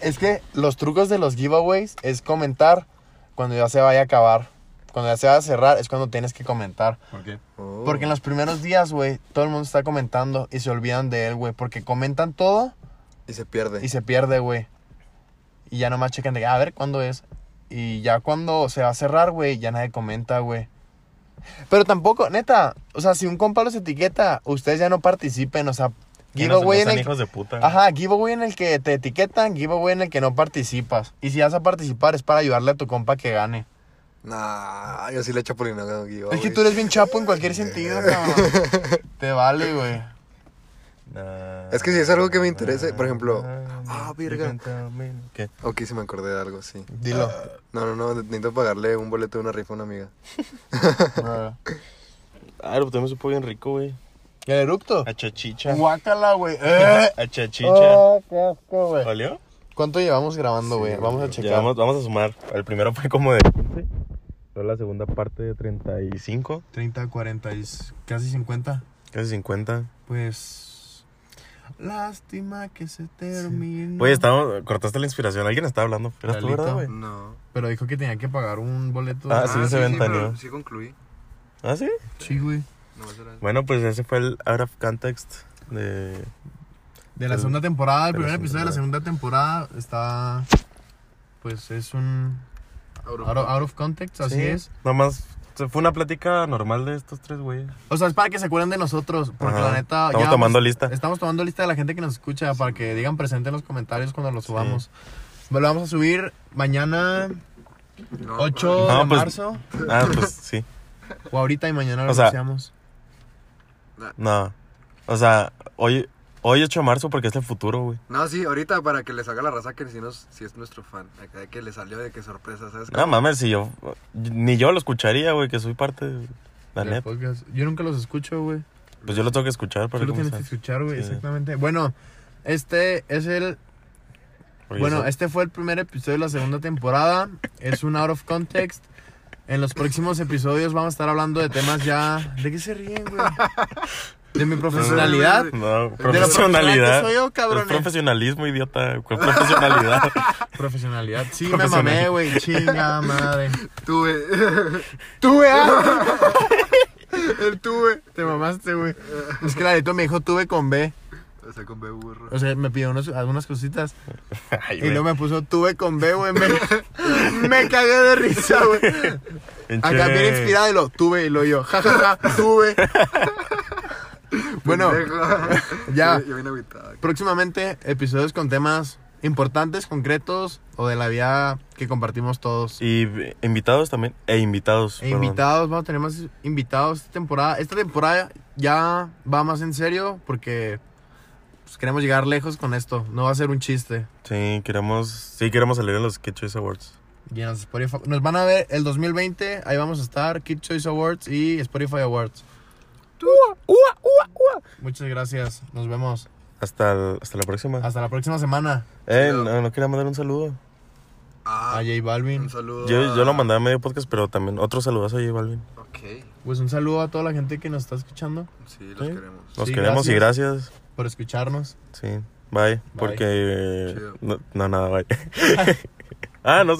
Speaker 3: es que los trucos de los giveaways es comentar cuando ya se vaya a acabar. Cuando ya se va a cerrar es cuando tienes que comentar.
Speaker 1: ¿Por qué?
Speaker 2: Oh.
Speaker 3: Porque en los primeros días, güey, todo el mundo está comentando y se olvidan de él, güey. Porque comentan todo
Speaker 2: Y se pierde.
Speaker 3: y se pierde, güey. Y ya nomás checan de, a ver, ¿cuándo es? Y ya cuando se va a cerrar, güey, ya nadie comenta, güey. Pero tampoco, neta, o sea, si un compa los etiqueta, ustedes ya no participen, o sea,
Speaker 1: Ya no se-
Speaker 3: giveaway
Speaker 1: no
Speaker 3: en
Speaker 1: sean
Speaker 3: el...
Speaker 1: hijos de puta.
Speaker 2: Ah.
Speaker 1: güey.
Speaker 3: Ajá, giveaway en el que te etiquetan, giveaway en el que no participas. Y si vas a participar es para ayudarle a tu compa que gane.
Speaker 2: Nah, yo sí le echo por Guido.
Speaker 3: es que tú eres bien chapo en cualquier sentido, cabrón. Te vale, güey.
Speaker 1: Na-
Speaker 2: Es que si es algo que me interese, por ejemplo,
Speaker 1: na-
Speaker 2: ah, verga.
Speaker 1: cuéntame, ¿Qué?
Speaker 2: Ok, sí me acordé de algo, sí.
Speaker 3: Dilo.
Speaker 2: No, no, no, necesito pagarle un boleto de una rifa a una amiga.
Speaker 1: Ah, pero también supo bien rico, güey.
Speaker 3: ¿Y el eructo?
Speaker 1: A chachicha.
Speaker 3: Guácala, güey. Eh.
Speaker 1: A chachicha.
Speaker 3: Oh, qué asco, güey.
Speaker 1: ¿Valió?
Speaker 3: ¿Cuánto llevamos grabando, güey? vamos a
Speaker 1: Ya,
Speaker 3: checar.
Speaker 1: vamos, vamos a sumar. El primero fue como de 15. Fue la segunda parte de 35.
Speaker 3: 30, 40, y s- casi 50.
Speaker 1: Casi 50.
Speaker 3: Pues. Lástima que se termine.
Speaker 1: Oye, estábamos, cortaste la inspiración. Alguien estaba hablando. ¿Eras tú,
Speaker 3: Lalito.
Speaker 1: verdad, güey?
Speaker 2: No.
Speaker 3: Pero dijo que tenía que pagar un boleto.
Speaker 1: Ah, sí, se ventaneó.
Speaker 2: Sí concluí.
Speaker 1: ¿Ah, sí?
Speaker 3: Sí, güey.
Speaker 2: No, eso era-
Speaker 1: Bueno, pues ese fue el Out of Context de...
Speaker 3: De la
Speaker 1: El-
Speaker 3: segunda temporada, el
Speaker 1: de la
Speaker 3: primer episodio de la segunda temporada está. Pues es un. Out of, out of context, así
Speaker 1: Sí,
Speaker 3: es.
Speaker 1: Nomás se- fue una plática normal de estos tres güeyes.
Speaker 3: O sea, es para que se acuerden de nosotros. Porque
Speaker 1: Ajá.
Speaker 3: la neta. este
Speaker 1: Estamos
Speaker 3: ya pues,
Speaker 1: tomando lista.
Speaker 3: Estamos tomando lista de la gente que nos escucha para que digan presente en los comentarios cuando lo subamos. Lo vamos a subir mañana
Speaker 2: No.
Speaker 3: 8
Speaker 1: No,
Speaker 3: de
Speaker 1: pues-
Speaker 3: marzo.
Speaker 1: Ah, pues sí.
Speaker 3: O ahorita y mañana lo
Speaker 1: O sea-
Speaker 3: anunciamos.
Speaker 1: No. O sea, hoy, hoy 8 de marzo porque es el futuro, güey.
Speaker 2: No, sí, ahorita para que les haga la raza que si, nos, si es nuestro fan. Acá de que le salió de que sorpresa, ¿sabes?
Speaker 1: No mames, si yo... Ni yo lo escucharía, güey, que soy parte de... La
Speaker 3: del
Speaker 1: neta.
Speaker 3: podcast. Yo nunca los escucho, güey.
Speaker 1: Pues yo lo tengo que escuchar para
Speaker 3: Tú lo tienes
Speaker 1: comenzar.
Speaker 3: que escuchar, güey.
Speaker 1: Sí.
Speaker 3: Exactamente. Bueno, este es el
Speaker 1: Porque
Speaker 3: Bueno,
Speaker 1: eso-
Speaker 3: este fue el primer episodio de la segunda temporada. Es un out of context. En los próximos episodios vamos a estar hablando de temas ya. ¿De qué se ríen, güey? De mi profesionalidad.
Speaker 2: no,
Speaker 1: No,
Speaker 3: profesional
Speaker 1: profesionalidad.
Speaker 3: que soy yo, cabrones.
Speaker 1: Es profesionalismo, idiota. ¿Cuál profesionalidad?
Speaker 3: Profesionalidad. Sí, me
Speaker 1: Profesional.
Speaker 3: mamé, güey. Chinga madre.
Speaker 2: Tuve.
Speaker 3: Tuve ah.
Speaker 2: El tuve.
Speaker 3: Te mamaste, güey. Es que la neta me dijo tuve con B.
Speaker 2: O sea, con B burro.
Speaker 3: O sea, me pidió unas, algunas cositas.
Speaker 1: Ay,
Speaker 3: Y
Speaker 1: güey.
Speaker 3: luego me puso tuve con B, güey. Me, me cagué de risa, güey.
Speaker 1: Pinche-
Speaker 3: Acá bien Ah, inspirado y lo tuve y lo yo. Ja, ja, ja, tuve. bueno.
Speaker 2: Pendejo.
Speaker 3: ya.
Speaker 2: Yo, yo vine agüitado.
Speaker 3: Próximamente episodios con temas importantes, concretos o de la vida que compartimos todos.
Speaker 1: Y eh, invitados también. E invitados.
Speaker 3: E
Speaker 1: perdón.
Speaker 3: invitados, vamos a tener más invitados esta temporada. Esta temporada ya va más en serio porque pues, queremos llegar lejos con esto. No va a ser un chiste.
Speaker 1: Sí, queremos, sí, queremos salir en los Kid Choice Awards.
Speaker 3: Y en los Spotify- Nos van a ver el 2020, ahí vamos a estar, Kid Choice Awards y Spotify Awards. Muchas gracias, nos vemos.
Speaker 1: Hasta, el- hasta la próxima.
Speaker 3: Hasta la próxima semana.
Speaker 1: eh, no, no quería mandar un saludo.
Speaker 3: A
Speaker 2: Ah,
Speaker 3: J Balvin.
Speaker 2: un saludo.
Speaker 1: Yo, yo lo
Speaker 2: a-
Speaker 1: mandé a medio podcast, pero también otro saludazo a J Balvin.
Speaker 2: Ok.
Speaker 3: Pues un saludo a toda la gente que nos está escuchando
Speaker 2: Sí, los
Speaker 1: Sí.
Speaker 2: queremos.
Speaker 1: Los
Speaker 3: Sí,
Speaker 1: queremos y gracias.
Speaker 3: por escucharnos.
Speaker 1: Sí. Bye. Porque.
Speaker 4: Chido.
Speaker 1: No, no, nada, bye. ah, no